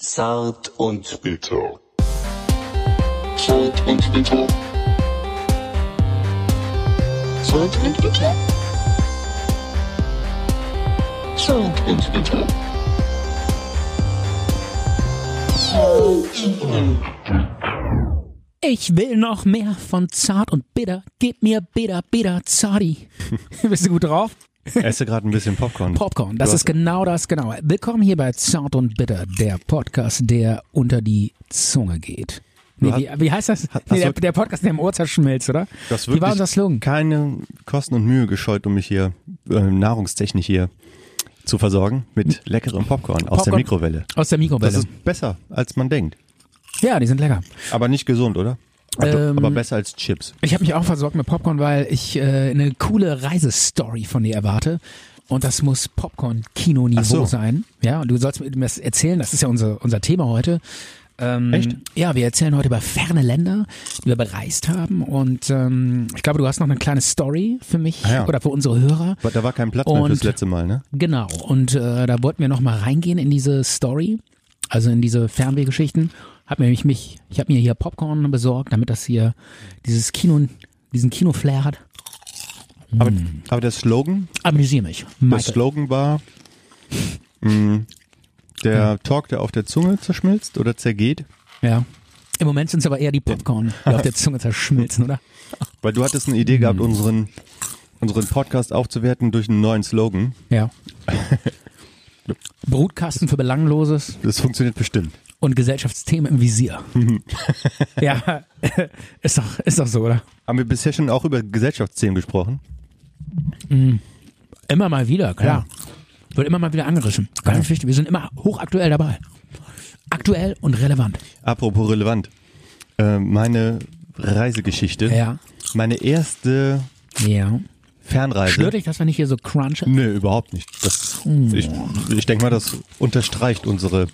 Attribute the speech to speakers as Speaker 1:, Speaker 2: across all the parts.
Speaker 1: Zart und bitter.
Speaker 2: Zart und bitter. Zart und bitter. Zart und bitter.
Speaker 3: Ich will noch mehr von zart und bitter. Gib mir bitter, bitter, zarti. Bist du gut drauf?
Speaker 4: Esse gerade ein bisschen Popcorn.
Speaker 3: Popcorn, das
Speaker 4: Du
Speaker 3: ist genau das, genau. Willkommen hier bei Zart und Bitter, der Podcast, der unter die Zunge geht. Nee,
Speaker 4: Du
Speaker 3: wie, wie heißt das?
Speaker 4: hast
Speaker 3: nee, der,
Speaker 4: du-
Speaker 3: der Podcast, der im Ohr zerschmilzt, oder?
Speaker 4: Du hast
Speaker 3: wie war
Speaker 4: wirklich
Speaker 3: unser Slogan?
Speaker 4: keine Kosten und Mühe gescheut, um mich hier äh, nahrungstechnisch hier zu versorgen mit leckerem Popcorn, aus der
Speaker 3: Popcorn.
Speaker 4: Mikrowelle.
Speaker 3: Aus der
Speaker 4: Das
Speaker 3: Mikrowelle.
Speaker 4: ist besser, als man denkt.
Speaker 3: Ja, die sind lecker.
Speaker 4: Aber nicht gesund, oder?
Speaker 3: Ähm,
Speaker 4: aber besser als Chips.
Speaker 3: Ich habe mich auch versorgt mit Popcorn, weil ich äh, eine coole Reisestory von dir erwarte. Und das muss Popcorn-Kino-Niveau
Speaker 4: Ach so.
Speaker 3: sein. Ja, und du sollst mir das erzählen, das ist ja unser, unser Thema heute. Ähm,
Speaker 4: Echt?
Speaker 3: Ja, wir erzählen heute über ferne Länder, die wir bereist haben. Und ähm, ich glaube, du hast noch eine kleine Story für mich
Speaker 4: Ah ja.
Speaker 3: oder für unsere Hörer.
Speaker 4: Aber Da war kein Platz mehr
Speaker 3: Und-
Speaker 4: fürs letzte Mal, ne?
Speaker 3: Genau, und äh, da wollten wir nochmal reingehen in diese Story, also in diese Fernwehgeschichten. Hab mir nämlich mich, ich habe mir hier Popcorn besorgt, damit das hier dieses Kino, diesen Kinoflair hat.
Speaker 4: Aber, aber der Slogan,
Speaker 3: Amüsiere mich.
Speaker 4: der
Speaker 3: Hm. Michael.
Speaker 4: Slogan war, mh,
Speaker 3: Hm.
Speaker 4: der Talk, der auf der Zunge zerschmilzt oder zergeht.
Speaker 3: Ja. Im Moment sind es aber eher die Popcorn, die auf der Zunge zerschmilzen, oder?
Speaker 4: Weil du hattest eine Idee
Speaker 3: Hm.
Speaker 4: gehabt, unseren, unseren Podcast aufzuwerten durch einen neuen Slogan.
Speaker 3: Ja. Brutkasten für Belangloses
Speaker 4: Das funktioniert bestimmt.
Speaker 3: und Gesellschaftsthemen im Visier. ja, ist doch, ist doch so, oder?
Speaker 4: Haben wir bisher schon auch über Gesellschaftsthemen gesprochen?
Speaker 3: Immer mal wieder, klar. Wird immer mal wieder angerissen. Ganz wichtig. Wir sind immer hochaktuell dabei. Aktuell und relevant.
Speaker 4: Apropos relevant. Äh, meine Reisegeschichte.
Speaker 3: Ja.
Speaker 4: Meine erste
Speaker 3: Ja.
Speaker 4: Fernreise.
Speaker 3: Stört dich, Hm. dass wir nicht hier so crunchen?
Speaker 4: Nö, überhaupt nicht. Das, Ich, ich denke mal, das unterstreicht unsere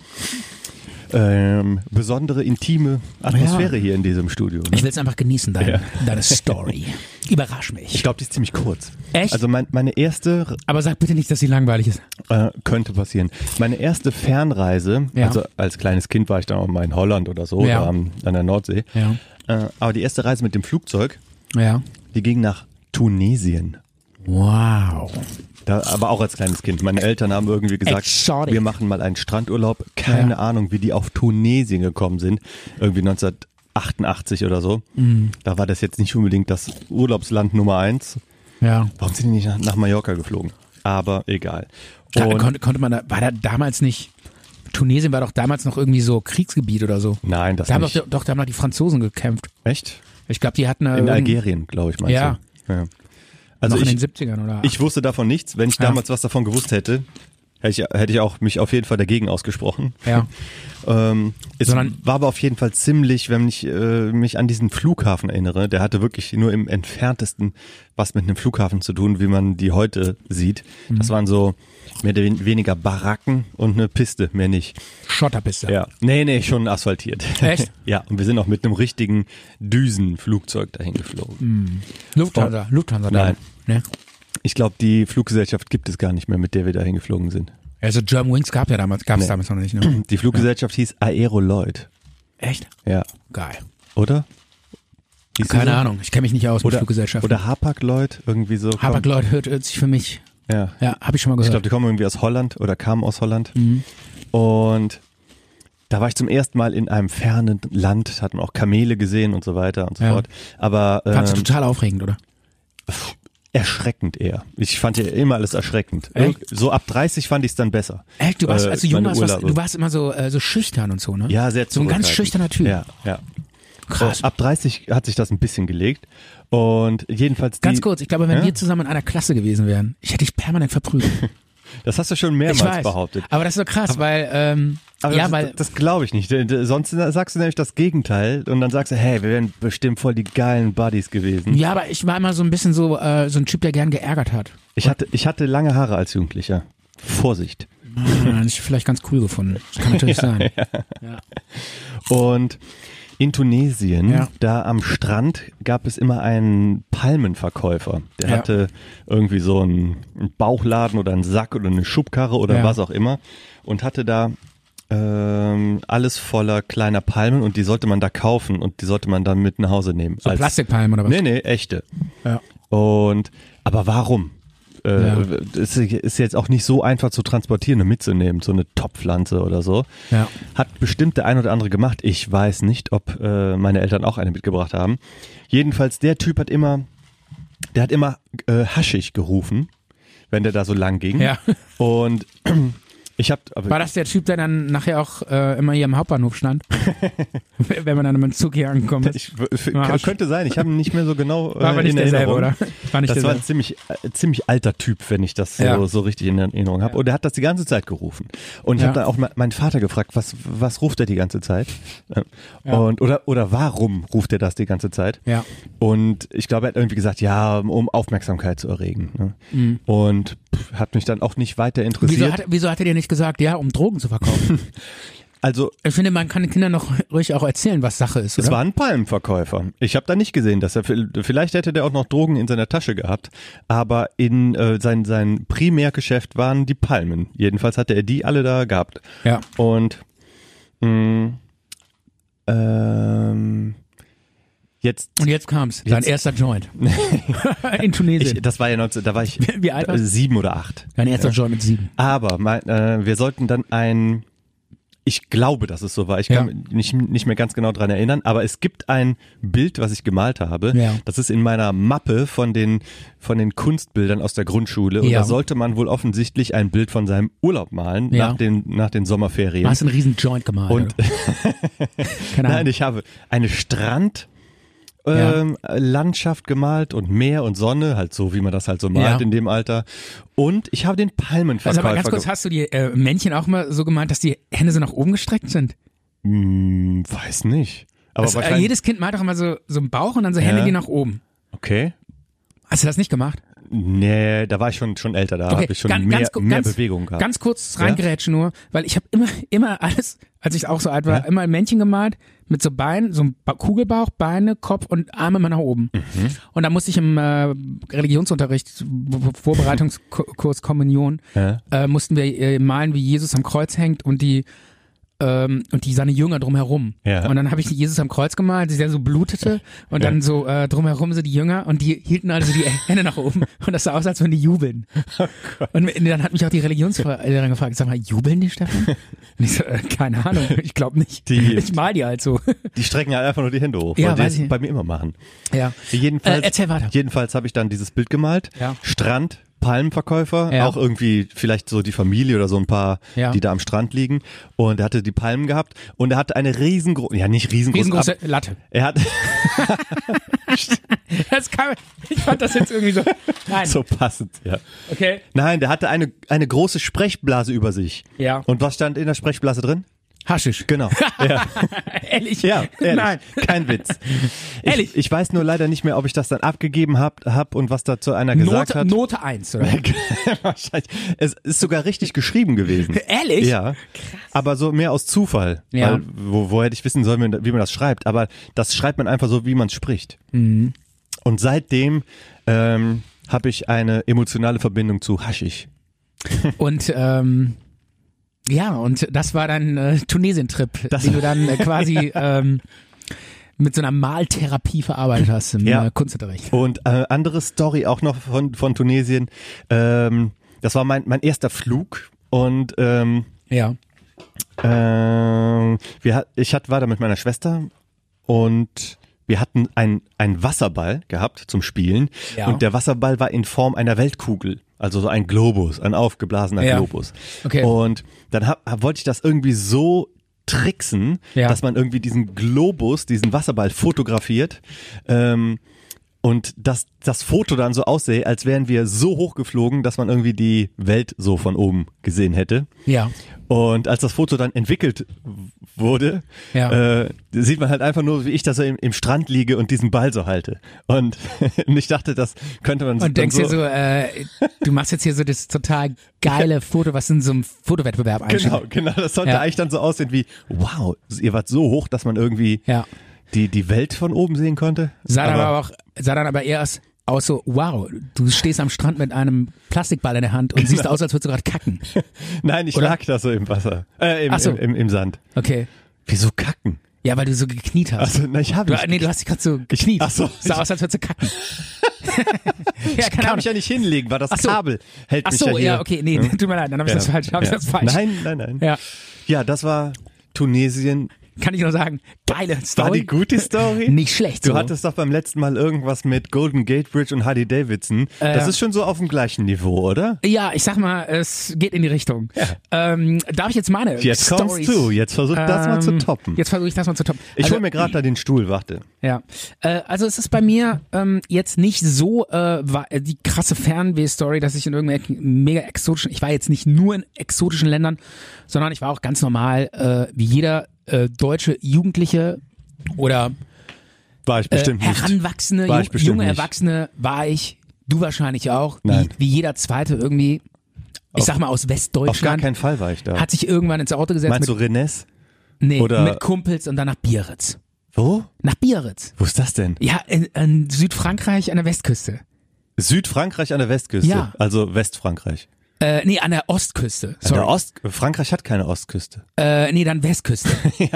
Speaker 4: ähm, besondere, intime Atmosphäre hier in diesem Studio. Ne?
Speaker 3: Ich will es einfach genießen, dein, deine Story. Überrasch mich.
Speaker 4: Ich glaube, die ist ziemlich kurz.
Speaker 3: Echt?
Speaker 4: Also mein, meine erste
Speaker 3: Aber sag bitte nicht, dass sie langweilig ist.
Speaker 4: Äh, könnte passieren. Meine erste Fernreise,
Speaker 3: Ja.
Speaker 4: also als kleines Kind war ich dann auch mal in Holland oder so,
Speaker 3: Ja.
Speaker 4: da am, an der Nordsee.
Speaker 3: Ja.
Speaker 4: Äh, aber die erste Reise mit dem Flugzeug,
Speaker 3: Ja.
Speaker 4: die ging nach Tunesien.
Speaker 3: Wow.
Speaker 4: Da, aber auch als kleines Kind. Meine Eltern haben irgendwie gesagt,
Speaker 3: Exotic.
Speaker 4: wir machen mal einen Strandurlaub. Keine
Speaker 3: Ja.
Speaker 4: Ahnung, wie die auf Tunesien gekommen sind. Irgendwie 1988 oder so.
Speaker 3: Mhm.
Speaker 4: Da war das jetzt nicht unbedingt das Urlaubsland Nummer eins.
Speaker 3: Ja.
Speaker 4: Warum sind die nicht nach, nach Mallorca geflogen? Aber egal.
Speaker 3: Da,
Speaker 4: Und-
Speaker 3: konnte, konnte man da, war da damals nicht. Tunesien war doch damals noch irgendwie so Kriegsgebiet oder so.
Speaker 4: Nein, das
Speaker 3: da haben
Speaker 4: nicht.
Speaker 3: Doch, doch, da haben doch die Franzosen gekämpft.
Speaker 4: Echt?
Speaker 3: Ich glaube, die hatten da
Speaker 4: In
Speaker 3: irgend-
Speaker 4: Algerien, glaube ich, meinst
Speaker 3: Ja.
Speaker 4: du? Ja.
Speaker 3: noch
Speaker 4: Also
Speaker 3: in den
Speaker 4: ich,
Speaker 3: 70ern oder
Speaker 4: ich wusste davon nichts. Wenn ich
Speaker 3: Ja.
Speaker 4: damals was davon gewusst hätte, hätte ich, hätte ich auch mich auf jeden Fall dagegen ausgesprochen.
Speaker 3: ja.
Speaker 4: Ähm, es
Speaker 3: Sondern-
Speaker 4: war aber auf jeden Fall ziemlich, wenn ich äh, mich an diesen Flughafen erinnere, der hatte wirklich nur im entferntesten was mit einem Flughafen zu tun, wie man die heute sieht.
Speaker 3: Mhm.
Speaker 4: Das waren so mehr oder wen- weniger Baracken und eine Piste, mehr nicht.
Speaker 3: Schotterpiste.
Speaker 4: Ja. Nee, nee, schon asphaltiert.
Speaker 3: Echt?
Speaker 4: ja, und wir sind auch mit einem richtigen Düsenflugzeug dahin
Speaker 3: Mhm.
Speaker 4: geflogen.
Speaker 3: Lufthansa, Lufthansa da.
Speaker 4: Nein.
Speaker 3: Ne?
Speaker 4: Ich glaube, die Fluggesellschaft gibt es gar nicht mehr, mit der wir da hingeflogen sind.
Speaker 3: Also German Wings gab ja damals, gab's
Speaker 4: Nee.
Speaker 3: damals noch nicht, ne?
Speaker 4: Die Fluggesellschaft hieß Aeroloid.
Speaker 3: Echt?
Speaker 4: Ja.
Speaker 3: Geil.
Speaker 4: Oder? Hieß sie
Speaker 3: Keine
Speaker 4: so?
Speaker 3: Ahnung, ich kenne mich nicht aus mit
Speaker 4: Oder,
Speaker 3: Fluggesellschaften.
Speaker 4: oder Hapag-Lloyd, irgendwie so.
Speaker 3: Aber Leute hört, hört sich für mich.
Speaker 4: komm, ja.
Speaker 3: Ja, Mhm. habe ich schon mal
Speaker 4: Ich
Speaker 3: gehört.
Speaker 4: glaube, die kommen irgendwie aus Holland oder kamen aus Holland. Und da war ich zum ersten Mal in einem fernen Land, hat man auch Kamele gesehen und so weiter und so
Speaker 3: Ja.
Speaker 4: fort. Aber
Speaker 3: Fandst
Speaker 4: ähm,
Speaker 3: du total aufregend, oder?
Speaker 4: erschreckend eher. Ich fand ja immer alles erschreckend.
Speaker 3: Echt?
Speaker 4: Irg- So ab 30 fand ich es dann besser.
Speaker 3: Echt, du warst,
Speaker 4: Äh,
Speaker 3: als du jung
Speaker 4: meine
Speaker 3: warst, warst,
Speaker 4: Urlaube.
Speaker 3: du warst immer so, äh, so schüchtern und so, ne?
Speaker 4: Ja, sehr
Speaker 3: So ein ganz schüchterner
Speaker 4: zurückhaltend.
Speaker 3: Typ.
Speaker 4: Ja, ja. Oh,
Speaker 3: Krass.
Speaker 4: Ab 30 hat sich das ein bisschen gelegt. Und jedenfalls.
Speaker 3: Ganz
Speaker 4: die,
Speaker 3: kurz, ich glaube, wenn
Speaker 4: Ja?
Speaker 3: wir zusammen in einer Klasse gewesen wären, ich hätte dich permanent verprügelt.
Speaker 4: Das hast du schon
Speaker 3: Ich
Speaker 4: mehrmals
Speaker 3: weiß.
Speaker 4: behauptet.
Speaker 3: Aber das ist so krass, weil, ähm,
Speaker 4: Aber
Speaker 3: ja,
Speaker 4: das,
Speaker 3: weil,
Speaker 4: das glaube ich nicht. denn- denn Sonst sagst du nämlich das Gegenteil und dann sagst du, hey, wir wären bestimmt voll die geilen Buddies gewesen.
Speaker 3: ja, aber ich war immer so ein bisschen so, äh, so ein Typ, der gern geärgert hat.
Speaker 4: Ich hatte, ich hatte lange Haare als Jugendlicher. Vorsicht.
Speaker 3: Hm, Hätte ich vielleicht ganz cool gefunden. Das kann natürlich sein.
Speaker 4: Und in Tunesien,
Speaker 3: Ja.
Speaker 4: da am Strand, gab es immer einen Palmenverkäufer. Der
Speaker 3: Ja.
Speaker 4: hatte irgendwie so einen, einen Bauchladen oder einen Sack oder eine Schubkarre oder
Speaker 3: Ja.
Speaker 4: was auch immer und hatte da ähm, alles voller kleiner Palmen und die sollte man da kaufen und die sollte man dann mit nach Hause nehmen.
Speaker 3: So Plastikpalmen oder was?
Speaker 4: Nee, nee, echte.
Speaker 3: Ja.
Speaker 4: Und aber warum? Äh,
Speaker 3: Ja.
Speaker 4: Es ist jetzt auch nicht so einfach zu transportieren und mitzunehmen, so eine Top-Pflanze oder so.
Speaker 3: Ja.
Speaker 4: Hat bestimmt der ein oder andere gemacht. Ich weiß nicht, ob äh, meine Eltern auch eine mitgebracht haben. Jedenfalls, der Typ hat immer, der hat immer äh, haschig gerufen, wenn der da so lang ging.
Speaker 3: Ja.
Speaker 4: Und ich habe
Speaker 3: War das der Typ, der dann nachher auch äh, immer hier am Hauptbahnhof stand? Wenn man dann mit dem Zug hier angekommen ist.
Speaker 4: Ich, f-
Speaker 3: Ja,
Speaker 4: k-
Speaker 3: Hasch.
Speaker 4: könnte sein, ich habe ihn nicht mehr so genau.
Speaker 3: War
Speaker 4: äh,
Speaker 3: aber nicht
Speaker 4: in
Speaker 3: derselbe,
Speaker 4: Erinnerung.
Speaker 3: oder? War nicht
Speaker 4: das war
Speaker 3: derselbe.
Speaker 4: ein ziemlich, äh, ziemlich alter Typ, wenn ich das so,
Speaker 3: Ja.
Speaker 4: so richtig in Erinnerung habe. Und er hat das die ganze Zeit gerufen. Und ich
Speaker 3: Ja.
Speaker 4: habe dann auch ma- meinen Vater gefragt, was, was ruft er die ganze Zeit? Äh,
Speaker 3: Ja.
Speaker 4: Und, oder, oder warum ruft er das die ganze Zeit?
Speaker 3: Ja.
Speaker 4: Und ich glaube, er hat irgendwie gesagt, ja, um Aufmerksamkeit zu erregen. Ne? Und pff, hat mich dann auch nicht weiter
Speaker 3: Mhm. Wieso
Speaker 4: interessiert.
Speaker 3: hat, wieso hat er dir nicht gesagt, ja, um Drogen zu verkaufen?
Speaker 4: also
Speaker 3: ich finde, man kann den Kindern noch ruhig auch erzählen, was Sache ist,
Speaker 4: Es
Speaker 3: oder?
Speaker 4: war ein Palmenverkäufer. Ich habe da nicht gesehen, dass er vielleicht hätte der auch noch Drogen in seiner Tasche gehabt, aber in äh, sein sein Primärgeschäft waren die Palmen. Jedenfalls hatte er die alle da gehabt.
Speaker 3: ja.
Speaker 4: Und mh, ähm, jetzt
Speaker 3: Und jetzt kam's, sein
Speaker 4: Jetzt-
Speaker 3: erster Joint. In
Speaker 4: ich,
Speaker 3: Tunesien.
Speaker 4: das war ja 19, da war ich
Speaker 3: Wie alt warst du?
Speaker 4: sieben oder acht.
Speaker 3: Dein erster Joint mit sieben.
Speaker 4: Aber mein, äh, wir sollten dann ein, ich glaube, dass es so war, ich kann
Speaker 3: Ja.
Speaker 4: mich nicht, nicht mehr ganz genau dran erinnern, aber es gibt ein Bild, was ich gemalt habe,
Speaker 3: Ja.
Speaker 4: das ist in meiner Mappe von den, von den Kunstbildern aus der Grundschule und
Speaker 3: Ja.
Speaker 4: da sollte man wohl offensichtlich ein Bild von seinem Urlaub malen,
Speaker 3: Ja.
Speaker 4: nach, den, nach den Sommerferien.
Speaker 3: Du hast einen riesen Joint gemalt.
Speaker 4: Und-
Speaker 3: oder? Keine Ahnung.
Speaker 4: Nein, ich habe eine Strand ähm, Landschaft gemalt und Meer und Sonne, halt so, wie man das halt so malt
Speaker 3: Ja.
Speaker 4: in dem Alter. Und ich habe den
Speaker 3: also
Speaker 4: Palmenverkäufer
Speaker 3: aber ganz kurz,
Speaker 4: ge-
Speaker 3: hast du die äh, Männchen auch mal so gemalt, dass die Hände so nach oben gestreckt sind?
Speaker 4: Hm, weiß nicht. Aber
Speaker 3: Das, äh,
Speaker 4: wahrscheinlich.
Speaker 3: jedes Kind malt doch immer so, so einen Bauch und dann so Hände
Speaker 4: Ja.
Speaker 3: gehen nach oben.
Speaker 4: okay.
Speaker 3: Hast du das nicht gemacht?
Speaker 4: Nee, da war ich schon, schon älter, da habe ich schon
Speaker 3: gan-
Speaker 4: mehr,
Speaker 3: ku-
Speaker 4: mehr Bewegung gehabt.
Speaker 3: Ganz kurz reingrätschen nur, weil ich habe immer, immer alles, als ich auch so alt war, immer ein Männchen gemalt mit so Beinen, so einem Ba- Kugelbauch, Beine, Kopf und Arme immer nach oben.
Speaker 4: Mhm.
Speaker 3: Und da musste ich im äh, Religionsunterricht, W- W- Vorbereitungskurs Kommunion,
Speaker 4: Ja.
Speaker 3: äh, mussten wir äh, malen, wie Jesus am Kreuz hängt und die ähm, und die seine Jünger drumherum.
Speaker 4: Ja.
Speaker 3: Und dann habe ich Jesus am Kreuz gemalt, der so blutete und dann so äh, drumherum so die Jünger und die hielten also die Hände nach oben und das sah aus, als würden die jubeln. und mi- dann hat mich auch die Religionslehrerin gefragt, sag mal, jubeln die Stefan? Und ich so, äh, keine Ahnung, ich glaube nicht.
Speaker 4: Die-
Speaker 3: ich mal die halt so.
Speaker 4: Die strecken halt einfach nur die Hände hoch,
Speaker 3: Ja,
Speaker 4: weil die
Speaker 3: weiß
Speaker 4: das
Speaker 3: ich.
Speaker 4: bei mir immer machen.
Speaker 3: ja.
Speaker 4: Jedenfalls,
Speaker 3: Äh, erzähl weiter.
Speaker 4: Jedenfalls habe ich dann dieses Bild gemalt.
Speaker 3: Ja.
Speaker 4: Strand, Palmenverkäufer,
Speaker 3: Ja.
Speaker 4: auch irgendwie vielleicht so die Familie oder so ein paar,
Speaker 3: Ja.
Speaker 4: die da am Strand liegen. Und er hatte die Palmen gehabt und er hatte eine riesengroße, ja nicht riesengroß,
Speaker 3: Riesengroße
Speaker 4: ab-
Speaker 3: Latte.
Speaker 4: er hat
Speaker 3: Das kam, ich fand das jetzt irgendwie so. Nein.
Speaker 4: so passend, ja.
Speaker 3: Okay.
Speaker 4: Nein, der hatte eine, eine große Sprechblase über sich.
Speaker 3: Ja.
Speaker 4: Und was stand in der Sprechblase drin?
Speaker 3: Haschisch.
Speaker 4: Genau. Ja,
Speaker 3: Ehrlich?
Speaker 4: ja ehrlich.
Speaker 3: Nein.
Speaker 4: Kein Witz. Ich,
Speaker 3: Ehrlich?
Speaker 4: Ich weiß nur leider nicht mehr, ob ich das dann abgegeben hab, hab und was dazu einer gesagt
Speaker 3: Note,
Speaker 4: hat.
Speaker 3: Note 1, oder?
Speaker 4: Wahrscheinlich. Es ist sogar richtig geschrieben gewesen.
Speaker 3: Ehrlich?
Speaker 4: Ja. Krass. Aber so mehr aus Zufall.
Speaker 3: Ja.
Speaker 4: Weil, wo, wo hätte ich wissen sollen, wie man- wie man das schreibt? Aber das schreibt man einfach so, wie man spricht.
Speaker 3: Mhm.
Speaker 4: Und seitdem ähm, habe ich eine emotionale Verbindung zu Haschisch.
Speaker 3: Und ähm, ja, und das war dein äh, Tunesien-Trip, den du dann äh, quasi ähm, mit so einer Maltherapie verarbeitet hast im
Speaker 4: Ja.
Speaker 3: äh, Kunstunterricht.
Speaker 4: Und äh, andere Story auch noch von, von Tunesien. Ähm, das war mein, mein erster Flug und ähm,
Speaker 3: Ja.
Speaker 4: Ähm, wir, hat- ich hat, war da mit meiner Schwester und wir hatten einen Wasserball gehabt zum Spielen
Speaker 3: Ja.
Speaker 4: und der Wasserball war in Form einer Weltkugel, also so ein Globus, ein aufgeblasener
Speaker 3: Ja.
Speaker 4: Globus.
Speaker 3: Okay.
Speaker 4: Und dann hab, hab, wollte ich das irgendwie so tricksen,
Speaker 3: Ja.
Speaker 4: dass man irgendwie diesen Globus, diesen Wasserball fotografiert ähm, und dass das Foto dann so aussähe, als wären wir so hochgeflogen, dass man irgendwie die Welt so von oben gesehen hätte.
Speaker 3: Ja.
Speaker 4: Und als das Foto dann entwickelt w- wurde,
Speaker 3: Ja.
Speaker 4: äh, sieht man halt einfach nur, wie ich da so im, im Strand liege und diesen Ball so halte. Und, und ich dachte, das könnte man
Speaker 3: Und denkst
Speaker 4: so,
Speaker 3: dir so, äh, du machst jetzt hier so das total geile Foto, was in so einem Fotowettbewerb einsteht.
Speaker 4: Genau, genau. Das sollte
Speaker 3: Ja.
Speaker 4: eigentlich dann so aussehen wie, wow, ihr wart so hoch, dass man irgendwie
Speaker 3: Ja.
Speaker 4: die, die Welt von oben sehen konnte.
Speaker 3: Sah dann
Speaker 4: Aber-
Speaker 3: aber auch, sah dann aber eher aus, aus so, wow, du stehst am Strand mit einem Plastikball in der Hand und
Speaker 4: Genau.
Speaker 3: siehst aus, als würdest du gerade kacken.
Speaker 4: Nein, ich
Speaker 3: Oder?
Speaker 4: lag da so im Wasser. Äh, im,
Speaker 3: Ach so.
Speaker 4: im, im, im Sand.
Speaker 3: Okay.
Speaker 4: Wieso kacken?
Speaker 3: Ja, weil du so gekniet hast.
Speaker 4: Also, na, ich habe
Speaker 3: Du,
Speaker 4: nicht.
Speaker 3: nee, du hast dich gerade so gekniet.
Speaker 4: ach so.
Speaker 3: Sah aus, als würdest du kacken. ja,
Speaker 4: ich
Speaker 3: keine
Speaker 4: kann
Speaker 3: Ahnung.
Speaker 4: mich ja nicht hinlegen, weil das
Speaker 3: Ach so.
Speaker 4: Kabel hält
Speaker 3: Ach
Speaker 4: mich
Speaker 3: so,
Speaker 4: ja
Speaker 3: ja,
Speaker 4: hier.
Speaker 3: okay, nee, tut mir leid, dann habe ich das falsch, habe ich das falsch.
Speaker 4: Nein, nein, nein.
Speaker 3: Ja,
Speaker 4: Ja, das war Tunesien.
Speaker 3: kann ich nur sagen, geile Story.
Speaker 4: War die gute Story?
Speaker 3: Nicht schlecht.
Speaker 4: Du
Speaker 3: so.
Speaker 4: hattest doch beim letzten Mal irgendwas mit Golden Gate Bridge und Harley Davidson.
Speaker 3: Äh,
Speaker 4: das ist schon so auf dem gleichen Niveau, oder?
Speaker 3: Ja, ich sag mal, es geht in die Richtung. Ähm, darf ich jetzt meine
Speaker 4: Jetzt kommst
Speaker 3: Stories?
Speaker 4: du. Jetzt versuch das mal zu
Speaker 3: Ähm,
Speaker 4: toppen.
Speaker 3: Jetzt versuche ich das mal zu toppen.
Speaker 4: ich
Speaker 3: also,
Speaker 4: hol mir gerade da den Stuhl, warte.
Speaker 3: Ja, äh, also es ist bei mir ähm, jetzt nicht so äh, wa- äh, die krasse Fernweh-Story, dass ich in irgendwelchen mega exotischen, ich war jetzt nicht nur in exotischen Ländern, sondern ich war auch ganz normal, äh, wie jeder äh, deutsche Jugendliche oder
Speaker 4: War ich
Speaker 3: äh,
Speaker 4: bestimmt nicht.
Speaker 3: Heranwachsende,
Speaker 4: War
Speaker 3: ju-
Speaker 4: ich bestimmt
Speaker 3: junge
Speaker 4: nicht.
Speaker 3: Erwachsene war ich, du wahrscheinlich auch, wie,
Speaker 4: Nein.
Speaker 3: wie jeder zweite irgendwie, ich sag mal aus
Speaker 4: Auf gar
Speaker 3: Westdeutschland,
Speaker 4: keinen Fall war ich da.
Speaker 3: hat sich irgendwann ins Auto gesetzt
Speaker 4: Meinst
Speaker 3: mit,
Speaker 4: du Rennes?
Speaker 3: nee,
Speaker 4: oder-
Speaker 3: mit Kumpels und dann nach Bieritz.
Speaker 4: Wo?
Speaker 3: Nach Bieritz.
Speaker 4: Wo ist das denn?
Speaker 3: Ja, in, in Südfrankreich an der Westküste.
Speaker 4: Südfrankreich an der Westküste.
Speaker 3: Ja.
Speaker 4: Also Westfrankreich.
Speaker 3: Äh, nee, an der Ostküste.
Speaker 4: An
Speaker 3: Sorry.
Speaker 4: der Ost Frankreich hat keine Ostküste.
Speaker 3: äh, nee, dann Westküste.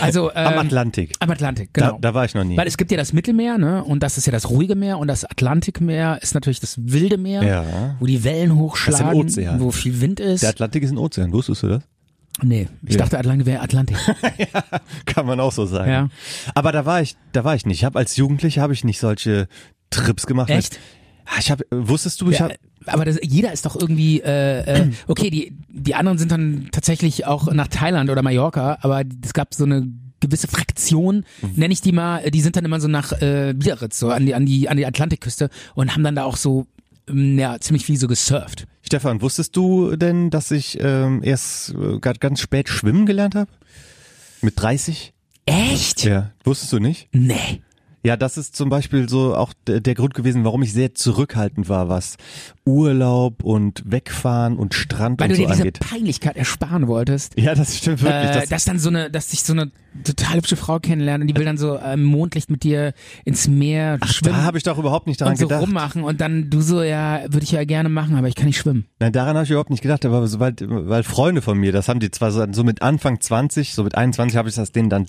Speaker 3: Also äh,
Speaker 4: Am Atlantik.
Speaker 3: Am Atlantik, genau.
Speaker 4: Da, da war ich noch nie.
Speaker 3: Weil es gibt ja das Mittelmeer, ne? Und das ist ja das ruhige Meer und das Atlantikmeer ist natürlich das wilde Meer,
Speaker 4: Ja.
Speaker 3: wo die Wellen hochschlagen,
Speaker 4: Das ist ein Ozean.
Speaker 3: wo viel Wind ist.
Speaker 4: Der Atlantik ist ein Ozean, wusstest du das?
Speaker 3: nee, ich
Speaker 4: Ja.
Speaker 3: dachte Atlantik wäre Atlantik.
Speaker 4: Kann man auch so sagen.
Speaker 3: Ja.
Speaker 4: Aber da war ich, da war ich nicht. Ich habe als Jugendlicher habe ich nicht solche Trips gemacht. mit-
Speaker 3: Echt?
Speaker 4: Ah, Ich habe, wusstest du, ich
Speaker 3: Ja,
Speaker 4: habe
Speaker 3: aber das, jeder ist doch irgendwie äh, äh, okay, die die anderen sind dann tatsächlich auch nach Thailand oder Mallorca, aber es gab so eine gewisse Fraktion,
Speaker 4: Mhm.
Speaker 3: nenne ich die mal, die sind dann immer so nach äh, Biarritz, so an die an die an die Atlantikküste und haben dann da auch so ähm, ja ziemlich viel so gesurft.
Speaker 4: Stefan, wusstest du denn, dass ich ähm, erst äh, grad ganz spät schwimmen gelernt habe? Mit 30?
Speaker 3: Echt?
Speaker 4: Ja. Wusstest du nicht?
Speaker 3: Nee.
Speaker 4: Ja, das ist zum Beispiel so auch der, der Grund gewesen, warum ich sehr zurückhaltend war, was Urlaub und Wegfahren und Strand
Speaker 3: Weil
Speaker 4: und so
Speaker 3: du dir diese
Speaker 4: angeht.
Speaker 3: Peinlichkeit ersparen wolltest.
Speaker 4: Ja, das stimmt wirklich.
Speaker 3: Äh,
Speaker 4: das,
Speaker 3: dass dann so eine, dass sich so eine total hübsche Frau kennenlernt und die will dann so äh, im Mondlicht mit dir ins Meer schwimmen.
Speaker 4: da habe ich doch überhaupt nicht daran
Speaker 3: und so
Speaker 4: gedacht.
Speaker 3: rummachen und dann du so, ja, würde ich ja gerne machen, aber ich kann nicht schwimmen.
Speaker 4: Nein, daran habe ich überhaupt nicht gedacht, aber sobald, weil Freunde von mir, das haben die zwar so, so mit Anfang 20, so mit 21 habe ich das denen dann,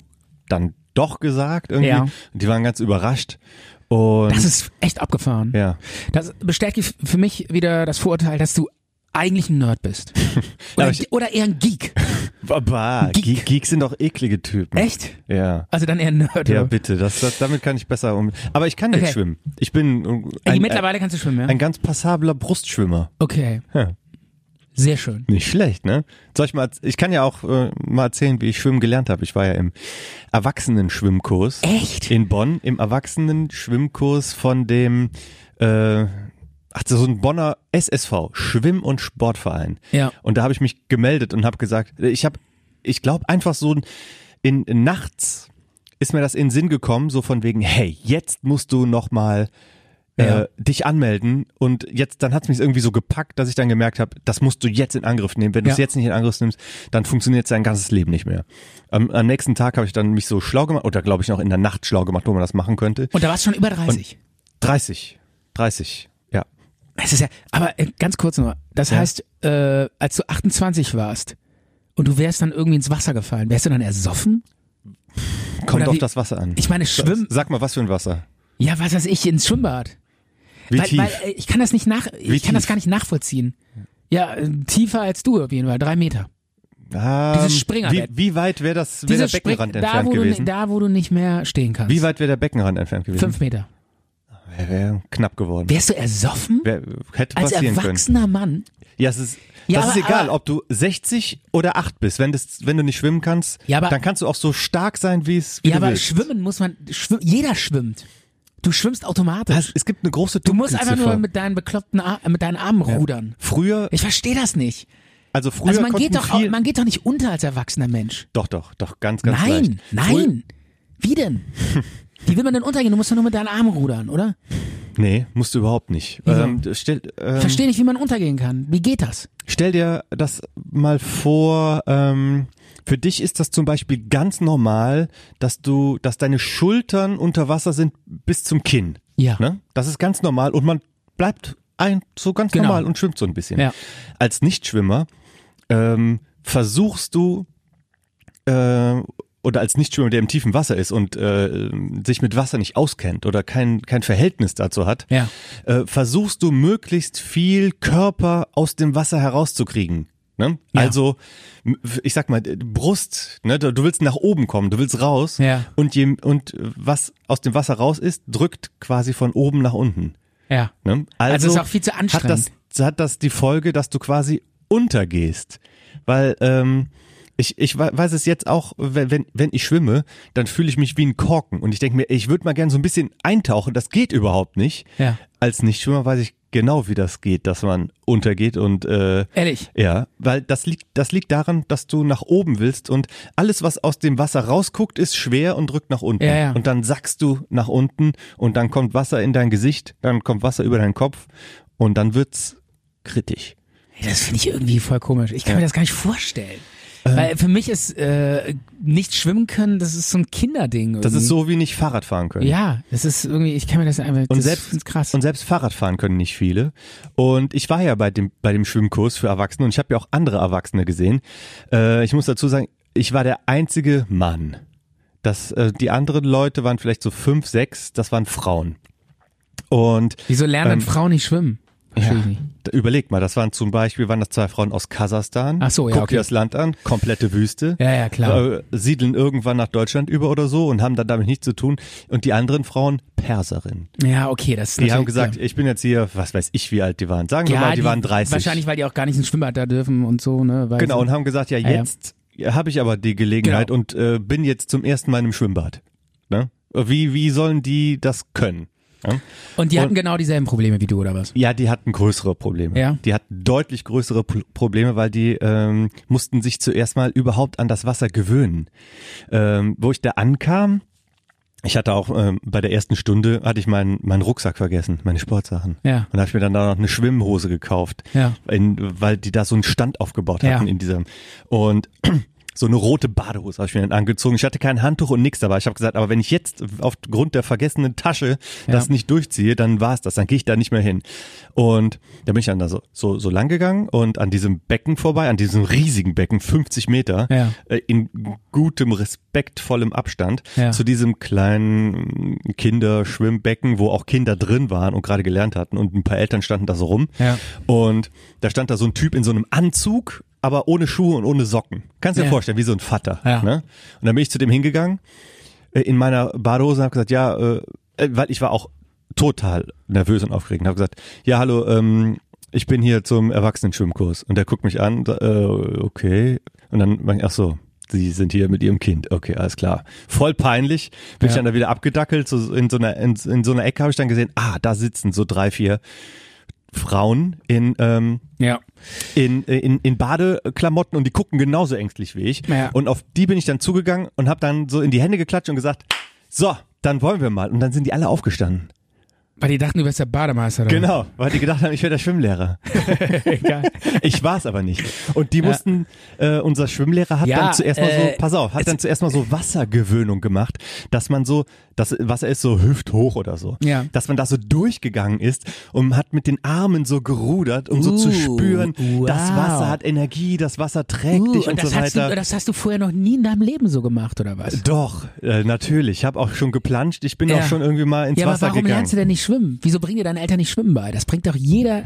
Speaker 4: dann doch gesagt irgendwie.
Speaker 3: Ja.
Speaker 4: Und die waren ganz überrascht. Und
Speaker 3: Das ist echt abgefahren.
Speaker 4: Mhm. ja.
Speaker 3: Das bestärkt f- für mich wieder das Vorurteil, dass du eigentlich ein Nerd bist. Oder,
Speaker 4: aber ich-
Speaker 3: oder eher ein Geek.
Speaker 4: Baba,
Speaker 3: Geek.
Speaker 4: Geek. Geeks sind doch eklige Typen.
Speaker 3: Echt?
Speaker 4: Ja.
Speaker 3: Also dann eher ein Nerd.
Speaker 4: Ja,
Speaker 3: oder?
Speaker 4: bitte, das, das, damit kann ich besser um. Aber ich kann jetzt
Speaker 3: Okay.
Speaker 4: schwimmen. Ich bin äh,
Speaker 3: Ey,
Speaker 4: ein, ein,
Speaker 3: mittlerweile kannst du schwimmen, ja?
Speaker 4: ein ganz passabler Brustschwimmer.
Speaker 3: Okay.
Speaker 4: Ja.
Speaker 3: Sehr schön.
Speaker 4: Nicht schlecht, ne? Soll ich mal, erz- ich kann ja auch äh, mal erzählen, wie ich schwimmen gelernt habe. Ich war ja im Erwachsenenschwimmkurs.
Speaker 3: Echt?
Speaker 4: In Bonn, im Erwachsenenschwimmkurs von dem, äh, ach, so ein Bonner SSV, Schwimm- und Sportverein.
Speaker 3: Ja.
Speaker 4: Und da habe ich mich gemeldet und habe gesagt, ich habe, ich glaube einfach so in, in nachts ist mir das in den Sinn gekommen, so von wegen, hey, jetzt musst du noch mal äh,
Speaker 3: Ja.
Speaker 4: dich anmelden und jetzt, dann hat's mich irgendwie so gepackt, dass ich dann gemerkt habe, das musst du jetzt in Angriff nehmen. Wenn du es
Speaker 3: Ja.
Speaker 4: jetzt nicht in Angriff nimmst, dann funktioniert dein ganzes Leben nicht mehr. Am, am nächsten Tag habe ich dann mich so schlau gemacht oder glaube ich noch in der Nacht schlau gemacht, wo man das machen könnte.
Speaker 3: Und da warst du schon über 30.
Speaker 4: 30, 30, ja.
Speaker 3: Es ist ja, aber äh, ganz kurz nur. Das
Speaker 4: Ja.
Speaker 3: heißt, äh, als du 28 warst und du wärst dann irgendwie ins Wasser gefallen, wärst du dann ersoffen?
Speaker 4: Kommt
Speaker 3: Oder
Speaker 4: auf
Speaker 3: wie-
Speaker 4: das Wasser an.
Speaker 3: Ich meine, Schwimmen,
Speaker 4: Sag mal, was für ein Wasser?
Speaker 3: ja, was weiß ich, ins Schwimmbad.
Speaker 4: Wie
Speaker 3: weil,
Speaker 4: tief?
Speaker 3: weil äh, ich kann das nicht nach, ich kann das
Speaker 4: tief?
Speaker 3: gar nicht nachvollziehen. Ja, äh, tiefer als du auf jeden Fall, drei Meter.
Speaker 4: Ah,
Speaker 3: dieses Springerbett.
Speaker 4: Wie, wie weit wäre das, wäre der
Speaker 3: Spring-
Speaker 4: Beckenrand
Speaker 3: da,
Speaker 4: entfernt
Speaker 3: wo Du,
Speaker 4: gewesen?
Speaker 3: da, wo du nicht mehr stehen kannst.
Speaker 4: Wie weit wäre der Beckenrand entfernt gewesen?
Speaker 3: Fünf Meter.
Speaker 4: Wäre knapp geworden.
Speaker 3: Wärst du ersoffen?
Speaker 4: Wär, hätte
Speaker 3: als
Speaker 4: passieren können.
Speaker 3: erwachsener Mann?
Speaker 4: Ja, es ist,
Speaker 3: Ja,
Speaker 4: das
Speaker 3: aber-
Speaker 4: ist egal,
Speaker 3: aber-
Speaker 4: ob du 60 oder 8 bist. Wenn, das, wenn du nicht schwimmen kannst,
Speaker 3: Ja, aber-
Speaker 4: dann kannst du auch so stark sein, wie es wie
Speaker 3: ja,
Speaker 4: du
Speaker 3: aber
Speaker 4: willst.
Speaker 3: schwimmen muss man, schwimm, jeder schwimmt. Du schwimmst automatisch.
Speaker 4: Das, es gibt eine große
Speaker 3: du musst einfach nur mit deinen bekloppten, Ar äh, mit deinen Armen rudern.
Speaker 4: Früher,
Speaker 3: Ich verstehe das nicht.
Speaker 4: also früher
Speaker 3: Also man
Speaker 4: konnten
Speaker 3: geht doch, au-
Speaker 4: viel,
Speaker 3: man geht doch nicht unter als erwachsener Mensch.
Speaker 4: Doch, doch, doch, ganz, ganz
Speaker 3: nein,
Speaker 4: leicht. Früher,
Speaker 3: nein. Wie denn? Wie will man denn untergehen? Du musst doch nur mit deinen Armen rudern, oder?
Speaker 4: nee, musst du überhaupt nicht. Ähm, stell, ähm,
Speaker 3: Verstehe nicht, wie man untergehen kann. Wie geht das?
Speaker 4: Stell dir das mal vor, ähm, für dich ist das zum Beispiel ganz normal, dass du, dass deine Schultern unter Wasser sind bis zum Kinn.
Speaker 3: Ja.
Speaker 4: Ne? Das ist ganz normal und man bleibt ein, so ganz
Speaker 3: Genau.
Speaker 4: normal und schwimmt so ein bisschen.
Speaker 3: Ja.
Speaker 4: Als Nichtschwimmer ähm, versuchst du äh, oder als Nichtschwimmer, der im tiefen Wasser ist und äh, sich mit Wasser nicht auskennt oder kein, kein Verhältnis dazu hat,
Speaker 3: Ja.
Speaker 4: äh, versuchst du möglichst viel Körper aus dem Wasser herauszukriegen. Ne?
Speaker 3: Ja.
Speaker 4: Also, m- ich sag mal, äh, Brust, ne? du du willst nach oben kommen, du willst raus
Speaker 3: Ja.
Speaker 4: und, je, und äh, was aus dem Wasser raus ist, drückt quasi von oben nach unten.
Speaker 3: Ja.
Speaker 4: Ne?
Speaker 3: Also ist auch viel zu
Speaker 4: Hat
Speaker 3: anstrengend.
Speaker 4: das, hat das die Folge, dass du quasi untergehst? Weil ähm, ich, ich we- weiß es jetzt auch, wenn, wenn- wenn ich schwimme, dann fühle ich mich wie ein Korken. Und ich denke mir, ich würde mal gern so ein bisschen eintauchen. Das geht überhaupt nicht.
Speaker 3: Ja.
Speaker 4: Als Nichtschwimmer weiß ich genau, wie das geht, dass man untergeht und äh,
Speaker 3: Ehrlich?
Speaker 4: ja, weil das liegt, das liegt daran, dass du nach oben willst und alles, was aus dem Wasser rausguckt, ist schwer und drückt nach unten.
Speaker 3: Ja, ja.
Speaker 4: Und dann sackst du nach unten und dann kommt Wasser in dein Gesicht, dann kommt Wasser über deinen Kopf und dann wird's kritisch.
Speaker 3: Ey, Das finde ich irgendwie voll komisch. Ich kann mir das gar nicht vorstellen.
Speaker 4: Ähm.
Speaker 3: Weil für mich ist äh, nicht schwimmen können, das ist so ein Kinderding.
Speaker 4: Das
Speaker 3: irgendwie.
Speaker 4: ist so wie nicht Fahrrad fahren können.
Speaker 3: Ja, das ist irgendwie, ich kann mir das einfach,
Speaker 4: Und
Speaker 3: das find's
Speaker 4: selbst,
Speaker 3: krass.
Speaker 4: und selbst Fahrradfahren können nicht viele. Und ich war ja bei dem, bei dem Schwimmkurs für Erwachsene und ich habe ja auch andere Erwachsene gesehen. Äh, ich muss dazu sagen, ich war der einzige Mann. Das, äh, die anderen Leute waren vielleicht so fünf, sechs, das waren Frauen. Und
Speaker 3: Wieso lernen
Speaker 4: ähm,
Speaker 3: Frauen nicht schwimmen? Verstehe ich nicht.
Speaker 4: da- überleg mal, das waren zum Beispiel, waren das zwei Frauen aus Kasachstan.
Speaker 3: Ach so, ja,
Speaker 4: Guck
Speaker 3: okay.
Speaker 4: dir das Land an, komplette Wüste.
Speaker 3: Ja, ja, klar.
Speaker 4: Äh, siedeln irgendwann nach Deutschland über oder so und haben dann damit nichts zu tun. Und die anderen Frauen, Perserinnen.
Speaker 3: Ja, okay, das ist
Speaker 4: Die haben
Speaker 3: natürlich-
Speaker 4: gesagt,
Speaker 3: ja.
Speaker 4: ich bin jetzt hier, was weiß ich, wie alt die waren. Sagen wir mal, die, waren 30.
Speaker 3: Wahrscheinlich, weil die auch gar nicht ins Schwimmbad da dürfen und so, ne? Weil
Speaker 4: Genau,
Speaker 3: so-
Speaker 4: und haben gesagt, ja,
Speaker 3: Ja, ja.
Speaker 4: jetzt habe ich aber die Gelegenheit
Speaker 3: Genau.
Speaker 4: und äh, bin jetzt zum ersten Mal im Schwimmbad. Ne? Wie, wie sollen die das können? Ja?
Speaker 3: und die hatten
Speaker 4: und-
Speaker 3: genau dieselben Probleme wie du, oder was?
Speaker 4: Ja, die hatten größere Probleme.
Speaker 3: Ja.
Speaker 4: Die hatten deutlich größere Pro- Probleme, weil die ähm, mussten sich zuerst mal überhaupt an das Wasser gewöhnen. Ähm, wo ich da ankam, ich hatte auch ähm, bei der ersten Stunde hatte ich meinen meinen Rucksack vergessen, meine Sportsachen.
Speaker 3: Ja.
Speaker 4: Und da habe ich mir dann da noch eine Schwimmhose gekauft,
Speaker 3: Ja.
Speaker 4: in, weil die da so einen Stand aufgebaut hatten
Speaker 3: Ja.
Speaker 4: in diesem und so eine rote Badehose habe ich mir dann angezogen. Ich hatte kein Handtuch und nichts dabei. Ich habe gesagt, aber wenn ich jetzt aufgrund der vergessenen Tasche das
Speaker 3: Ja.
Speaker 4: nicht durchziehe, dann war's das. Dann gehe ich da nicht mehr hin. Und da bin ich dann da so, so, so lang gegangen und an diesem Becken vorbei, an diesem riesigen Becken, 50 Meter,
Speaker 3: Ja.
Speaker 4: äh, in gutem, respektvollem Abstand
Speaker 3: Ja.
Speaker 4: zu diesem kleinen Kinderschwimmbecken, wo auch Kinder drin waren und gerade gelernt hatten und ein paar Eltern standen da so rum.
Speaker 3: Ja.
Speaker 4: Und da stand da so ein Typ in so einem Anzug, aber ohne Schuhe und ohne Socken. Kannst dir
Speaker 3: Ja.
Speaker 4: vorstellen, wie so ein Vater.
Speaker 3: Ja.
Speaker 4: Ne? Und dann bin ich zu dem hingegangen, äh, in meiner Badehose und habe gesagt, ja, äh, äh, weil ich war auch total nervös und aufgeregt. Habe gesagt, ja, hallo, ähm, ich bin hier zum Erwachsenenschwimmkurs. Und der guckt mich an, sa- äh, okay. Und dann, mein- ach so, Sie sind hier mit Ihrem Kind. Okay, alles klar. Voll peinlich. Bin ich
Speaker 3: Ja.
Speaker 4: dann da wieder abgedackelt. So in so einer, in, in so einer Ecke habe ich dann gesehen, ah, da sitzen so drei, vier Frauen in, ähm,
Speaker 3: Ja.
Speaker 4: in, in, in Badeklamotten und die gucken genauso ängstlich wie ich.
Speaker 3: Ja.
Speaker 4: Und auf die bin ich dann zugegangen und habe dann so in die Hände geklatscht und gesagt, so, dann wollen wir mal. Und dann sind die alle aufgestanden.
Speaker 3: Weil die dachten, du wärst der Bademeister, oder?
Speaker 4: Genau, weil die gedacht haben, ich wäre der Schwimmlehrer.
Speaker 3: Egal.
Speaker 4: Ich war es aber nicht. Und die mussten, äh, unser Schwimmlehrer hat
Speaker 3: Ja,
Speaker 4: dann zuerst mal so,
Speaker 3: äh,
Speaker 4: pass auf, hat dann zuerst mal so Wassergewöhnung gemacht, dass man so, das Wasser ist so hüfthoch oder so.
Speaker 3: Ja.
Speaker 4: Dass man da so durchgegangen ist und hat mit den Armen so gerudert, um so zu
Speaker 3: Uh,
Speaker 4: spüren, das
Speaker 3: wow.
Speaker 4: Wasser hat Energie, das Wasser trägt
Speaker 3: Uh,
Speaker 4: dich und,
Speaker 3: und das,
Speaker 4: so
Speaker 3: hast
Speaker 4: weiter.
Speaker 3: du, das hast du vorher noch nie in deinem Leben so gemacht, oder was?
Speaker 4: doch, äh, natürlich. Ich habe auch schon geplanscht. Ich bin
Speaker 3: Ja.
Speaker 4: auch schon irgendwie mal ins
Speaker 3: ja, aber
Speaker 4: Wasser
Speaker 3: warum
Speaker 4: gegangen.
Speaker 3: lernst du denn nicht schwimmen? Wieso bringen dir deine Eltern nicht Schwimmen bei? Das bringt doch jeder.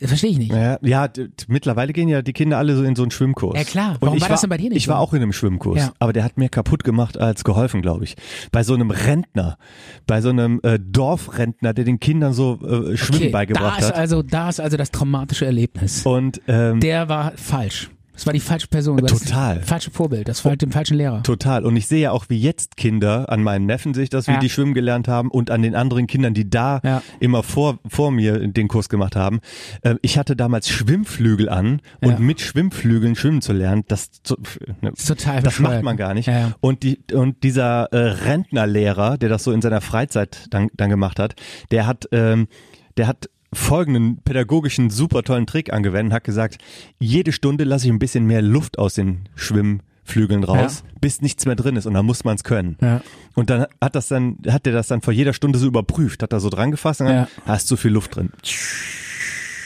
Speaker 3: Das verstehe ich nicht.
Speaker 4: Ja, ja, d- d- mittlerweile gehen ja die Kinder alle so in so einen Schwimmkurs.
Speaker 3: Ja, klar.
Speaker 4: Und
Speaker 3: Warum
Speaker 4: ich
Speaker 3: war das denn bei dir nicht
Speaker 4: Ich war
Speaker 3: so?
Speaker 4: auch in einem Schwimmkurs,
Speaker 3: Ja.
Speaker 4: aber der hat mehr kaputt gemacht als geholfen, glaube ich. Bei so einem Rentner, bei so einem äh, Dorfrentner, der den Kindern so äh, Schwimmen
Speaker 3: Okay, da
Speaker 4: beigebracht
Speaker 3: ist
Speaker 4: hat.
Speaker 3: also, da ist also das traumatische Erlebnis.
Speaker 4: Und ähm,
Speaker 3: Der war falsch. Das war die falsche Person. Du hattest
Speaker 4: Total.
Speaker 3: das Falsche Vorbild. Das war dem falschen Lehrer.
Speaker 4: total. Und ich sehe ja auch, wie jetzt Kinder an meinen Neffen sich das, wie
Speaker 3: Ja.
Speaker 4: die schwimmen gelernt haben und an den anderen Kindern, die da
Speaker 3: Ja.
Speaker 4: immer vor, vor mir den Kurs gemacht haben. Ähm, ich hatte damals Schwimmflügel an und
Speaker 3: Ja.
Speaker 4: mit Schwimmflügeln schwimmen zu lernen, das, zu- ne,
Speaker 3: Ist total
Speaker 4: das
Speaker 3: bescheuert.
Speaker 4: macht man gar nicht.
Speaker 3: Ja, ja.
Speaker 4: Und, die, und dieser äh, Rentnerlehrer, der das so in seiner Freizeit dann, dann gemacht hat, der hat, ähm, der hat folgenden pädagogischen super tollen Trick angewendet und hat gesagt, jede Stunde lasse ich ein bisschen mehr Luft aus den Schwimmmuskeln Flügeln raus, bis nichts mehr drin ist und dann muss man es können.
Speaker 3: Ja.
Speaker 4: Und dann hat das dann, hat der das dann vor jeder Stunde so überprüft, hat da so dran gefasst und dann,
Speaker 3: Ja.
Speaker 4: da ist zu viel Luft drin.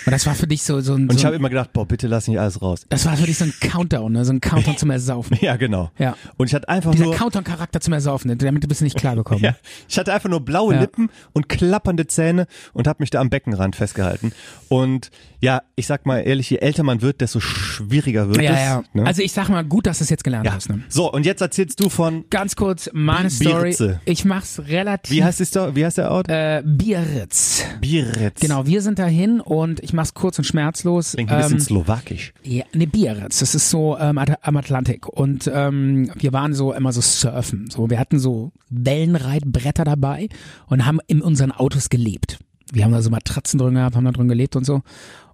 Speaker 3: Und das war für dich so, so ein,
Speaker 4: Und ich
Speaker 3: so
Speaker 4: habe
Speaker 3: ein
Speaker 4: immer gedacht, boah, bitte lass nicht alles raus.
Speaker 3: das war für dich so ein Countdown, ne? so ein Countdown zum Ersaufen.
Speaker 4: Ja, genau.
Speaker 3: Ja.
Speaker 4: Und ich hatte einfach
Speaker 3: Dieser
Speaker 4: nur,
Speaker 3: Countdown-Charakter zum Ersaufen, ne? damit du bist du nicht klargekommen.
Speaker 4: ja, ich hatte einfach nur blaue
Speaker 3: Ja.
Speaker 4: Lippen und klappernde Zähne und habe mich da am Beckenrand festgehalten. Und ja, ich sag mal ehrlich, je älter man wird, desto schwieriger wird
Speaker 3: ja,
Speaker 4: es.
Speaker 3: ja.
Speaker 4: Ne?
Speaker 3: Also ich sag mal, gut, dass du es jetzt gelernt
Speaker 4: ja.
Speaker 3: hast. Ne?
Speaker 4: So, und jetzt erzählst du von,
Speaker 3: Ganz kurz, meine
Speaker 4: Bi-
Speaker 3: Story.
Speaker 4: Bierritze.
Speaker 3: Ich mach's relativ.
Speaker 4: wie heißt, die Sto- wie heißt der Ort?
Speaker 3: Hm. äh, Bierritz.
Speaker 4: Bieretz.
Speaker 3: Genau, wir sind dahin und ich mach's kurz und schmerzlos.
Speaker 4: Klingt ein bisschen
Speaker 3: Ähm,
Speaker 4: slowakisch.
Speaker 3: Ja, ne Biarritz, das ist so ähm, at- am Atlantik und ähm, wir waren so immer so surfen, so wir hatten so Wellenreitbretter dabei und haben in unseren Autos gelebt. Wir haben da so Matratzen drin gehabt, haben da drin gelebt und so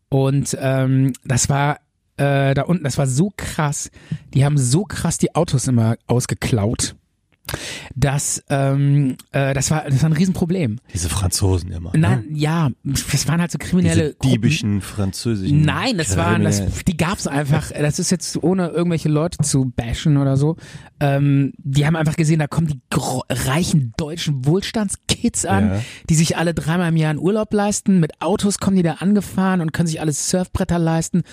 Speaker 3: und ähm, das war äh, da unten, das war so krass. Die haben so krass die Autos immer ausgeklaut. dass ähm, äh, das war das war ein Riesenproblem.
Speaker 4: Diese Franzosen immer. ne?
Speaker 3: Nein, ja, das waren halt so kriminelle
Speaker 4: Diese
Speaker 3: Gruppen.
Speaker 4: diebischen französischen.
Speaker 3: Nein, das waren, das,
Speaker 4: Kriminellen.
Speaker 3: die gab's einfach. Das ist jetzt ohne irgendwelche Leute zu bashen oder so. Ähm, die haben einfach gesehen, da kommen die gro- reichen deutschen Wohlstandskids an,
Speaker 4: Ja.
Speaker 3: die sich alle dreimal im Jahr einen Urlaub leisten. Mit Autos kommen die da angefahren und können sich alle Surfbretter leisten.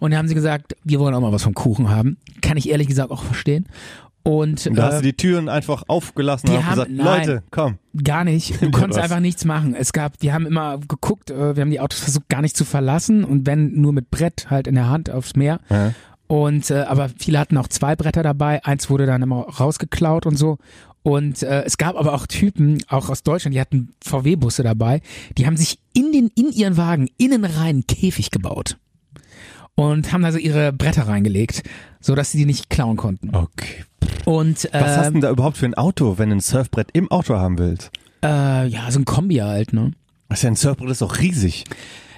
Speaker 3: Und da haben sie gesagt, wir wollen auch mal was vom Kuchen haben. Kann ich ehrlich gesagt auch verstehen. Und,
Speaker 4: Und Da hast
Speaker 3: äh,
Speaker 4: du die Türen einfach aufgelassen
Speaker 3: die
Speaker 4: und
Speaker 3: haben-
Speaker 4: haben, gesagt,
Speaker 3: nein.
Speaker 4: Leute, komm.
Speaker 3: Gar nicht. Du
Speaker 4: Ja,
Speaker 3: konntest
Speaker 4: was?
Speaker 3: einfach nichts machen. Es gab, die haben immer geguckt, äh, wir haben die Autos versucht gar nicht zu verlassen und wenn nur mit Brett halt in der Hand aufs Meer.
Speaker 4: Ja.
Speaker 3: Und äh, aber viele hatten auch zwei Bretter dabei, eins wurde dann immer rausgeklaut und so. Und äh, es gab aber auch Typen, auch aus Deutschland, die hatten VW-Busse dabei, die haben sich in den, in ihren Wagen innen rein einen Käfig gebaut und haben also ihre Bretter reingelegt, so dass sie die nicht klauen konnten.
Speaker 4: Okay.
Speaker 3: Und äh,
Speaker 4: Was hast du denn da überhaupt für ein Auto, wenn du ein Surfbrett im Auto haben willst?
Speaker 3: äh, ja, so ein Kombi halt, ne?
Speaker 4: Das ist ja ein Surfbrett ist doch riesig.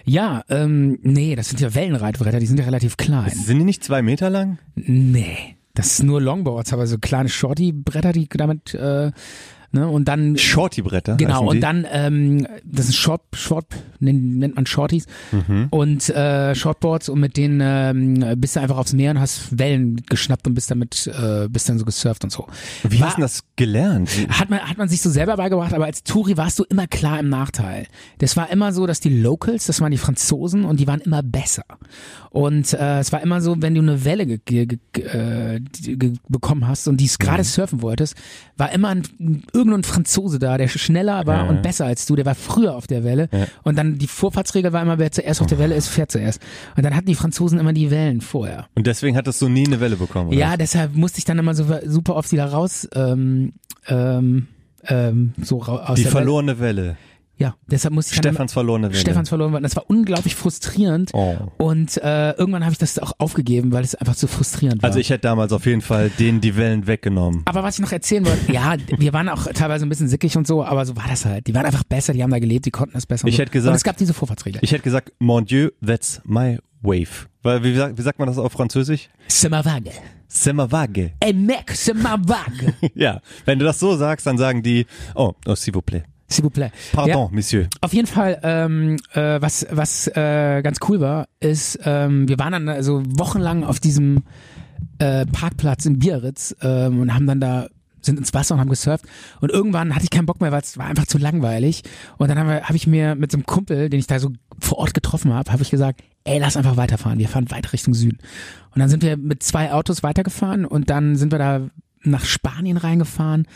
Speaker 3: Ja, ähm, nee, das sind ja Wellenreitbretter, die sind ja relativ klein.
Speaker 4: Sind die nicht zwei Meter lang?
Speaker 3: Nee, das ist nur Longboards, aber so kleine Shorty-Bretter, die damit, äh, ne, und dann,
Speaker 4: Shorty-Bretter.
Speaker 3: genau,
Speaker 4: heißen
Speaker 3: und
Speaker 4: die.
Speaker 3: dann, ähm, das sind Short, Short, nennt, nennt man Shorties
Speaker 4: Mhm.
Speaker 3: und äh, Shortboards und mit denen ähm, bist du einfach aufs Meer und hast Wellen geschnappt und bist damit, äh, bist dann so gesurft und so.
Speaker 4: Wie
Speaker 3: War-
Speaker 4: hast du das gelernt? Wie-
Speaker 3: hat man, hat man sich so selber beigebracht, aber als Touri warst du immer klar im Nachteil. Das war immer so, dass die Locals, das waren die Franzosen und die waren immer besser. Und äh, es war immer so, wenn du eine Welle ge ge ge äh, die- ge bekommen hast und die es gerade surfen wolltest, war immer ein, irgendein Franzose da, der schneller war und besser als du, der war früher auf der Welle. Und dann die Vorfahrtsregel war immer, wer zuerst auf der Welle ist, fährt zuerst. Und dann hatten die Franzosen immer die Wellen vorher.
Speaker 4: Und deswegen hattest du nie eine Welle bekommen, oder?
Speaker 3: Ja, deshalb musste ich dann immer so, super oft wieder raus, ähm, ähm, ähm, so ra aus
Speaker 4: Die
Speaker 3: der
Speaker 4: verlorene Welle.
Speaker 3: Welt. Ja, deshalb musste ich dann
Speaker 4: Stefans verlorene
Speaker 3: immer,
Speaker 4: Welle.
Speaker 3: Stefans verloren werden. Das war unglaublich frustrierend.
Speaker 4: Oh.
Speaker 3: Und äh, irgendwann habe ich das auch aufgegeben, weil es einfach so frustrierend war.
Speaker 4: Also ich hätte damals auf jeden Fall denen die Wellen weggenommen.
Speaker 3: aber was ich noch erzählen wollte, ja, wir waren auch teilweise ein bisschen sickig und so, aber so war das halt. Die waren einfach besser, die haben da gelebt, die konnten das besser. und
Speaker 4: Ich
Speaker 3: so.
Speaker 4: hätte gesagt-
Speaker 3: und es gab diese Vorfahrtsregel.
Speaker 4: Ich hätte gesagt, mon Dieu, that's my wave. Weil, wie, sagt- wie sagt man das auf Französisch?
Speaker 3: C'est ma vague.
Speaker 4: C'est ma vague.
Speaker 3: Ey, mec, c'est ma vague.
Speaker 4: Ja, wenn du das so sagst, dann sagen die, oh, oh s'il vous plaît.
Speaker 3: S'il vous plaît.
Speaker 4: Pardon, Monsieur.
Speaker 3: Auf jeden Fall, ähm, äh, was, was äh, ganz cool war, ist, ähm, wir waren dann also wochenlang auf diesem äh, Parkplatz in Biarritz ähm, und haben dann da sind ins Wasser und haben gesurft und irgendwann hatte ich keinen Bock mehr, weil es war einfach zu langweilig und dann habe hab ich mir mit so einem Kumpel, den ich da so vor Ort getroffen habe, habe ich gesagt, ey, lass einfach weiterfahren, wir fahren weiter Richtung Süden und dann sind wir mit zwei Autos weitergefahren und dann sind wir da nach Spanien reingefahren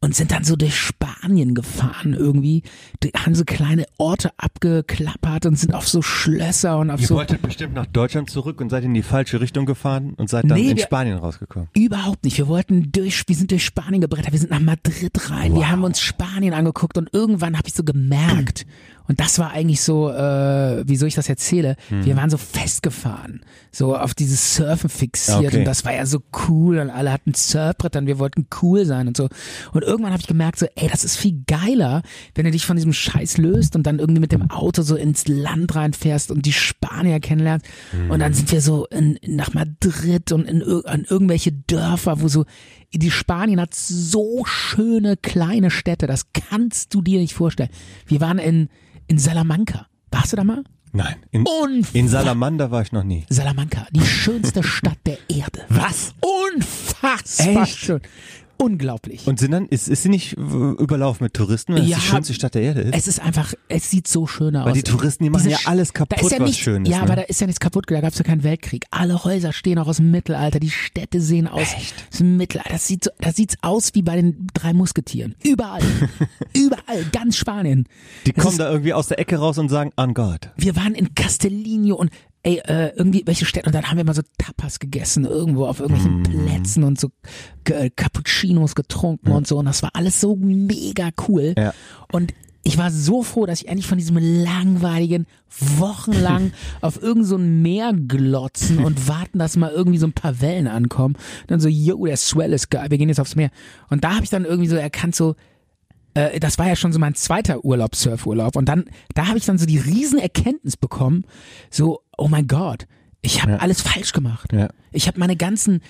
Speaker 3: und sind dann so durch Spanien gefahren irgendwie, die haben so kleine Orte abgeklappert und sind auf so Schlösser und auf
Speaker 4: Ihr
Speaker 3: so
Speaker 4: wolltet bestimmt nach Deutschland zurück und seid in die falsche Richtung gefahren und seid dann
Speaker 3: Nee,
Speaker 4: in
Speaker 3: wir-
Speaker 4: Spanien rausgekommen.
Speaker 3: Überhaupt nicht. Wir wollten durch, wir sind durch Spanien gebrettert, wir sind nach Madrid rein, wir haben uns Spanien angeguckt und irgendwann habe ich so gemerkt, und das war eigentlich so, äh, wieso ich das erzähle, wir waren so festgefahren, so auf dieses Surfen fixiert
Speaker 4: Okay.
Speaker 3: und das war ja so cool und alle hatten Surfbrett und wir wollten cool sein und so. Und irgendwann habe ich gemerkt, so, ey, das ist viel geiler, wenn du dich von diesem Scheiß löst und dann irgendwie mit dem Auto so ins Land reinfährst und die Spanier kennenlernst. Und dann sind wir so in, nach Madrid und in, ir- an irgendwelche Dörfer, wo so, die Spanien hat so schöne kleine Städte, das kannst du dir nicht vorstellen. Wir waren in, in Salamanca. Warst du da mal?
Speaker 4: Nein. In,
Speaker 3: Unfassbar.
Speaker 4: in Salamander war ich noch nie.
Speaker 3: Salamanca, die schönste Stadt der Erde. Was? Unfassbar
Speaker 4: Echt?
Speaker 3: schön. Unglaublich.
Speaker 4: Und sind dann, ist, ist sie nicht äh, überlaufen mit Touristen, weil
Speaker 3: Ja.
Speaker 4: es die schönste Stadt der Erde ist?
Speaker 3: es ist einfach, es sieht so schön aus.
Speaker 4: Weil die Touristen, die machen ja
Speaker 3: Sch-
Speaker 4: alles kaputt,
Speaker 3: da ist ja
Speaker 4: was
Speaker 3: nichts-
Speaker 4: schön ist,
Speaker 3: Ja,
Speaker 4: ne?
Speaker 3: aber da ist ja nichts kaputt, da gab es ja keinen Weltkrieg. Alle Häuser stehen auch aus dem Mittelalter, die Städte sehen aus aus dem Mittelalter. Das sieht so, das sieht's aus wie bei den drei Musketieren. Überall. überall, ganz Spanien.
Speaker 4: Die
Speaker 3: Es
Speaker 4: kommen
Speaker 3: ist-
Speaker 4: da irgendwie aus der Ecke raus und sagen, an Gott.
Speaker 3: wir waren in Castellino und ey, äh, irgendwie welche Städte und dann haben wir mal so Tapas gegessen irgendwo auf irgendwelchen Plätzen und so äh, Cappuccinos getrunken und so und das war alles so mega cool
Speaker 4: Ja.
Speaker 3: und ich war so froh, dass ich endlich von diesem langweiligen, wochenlang auf irgend so ein Meer glotzen und warten, dass mal irgendwie so ein paar Wellen ankommen. Und dann so, yo, der Swell ist geil, wir gehen jetzt aufs Meer. Und da habe ich dann irgendwie so erkannt, so, äh, das war ja schon so mein zweiter Urlaub, Surfurlaub. Und dann, da habe ich dann so die Riesenerkenntnis bekommen, so, oh mein Gott, ich habe alles falsch gemacht.
Speaker 4: Ja.
Speaker 3: Ich habe meine ganzen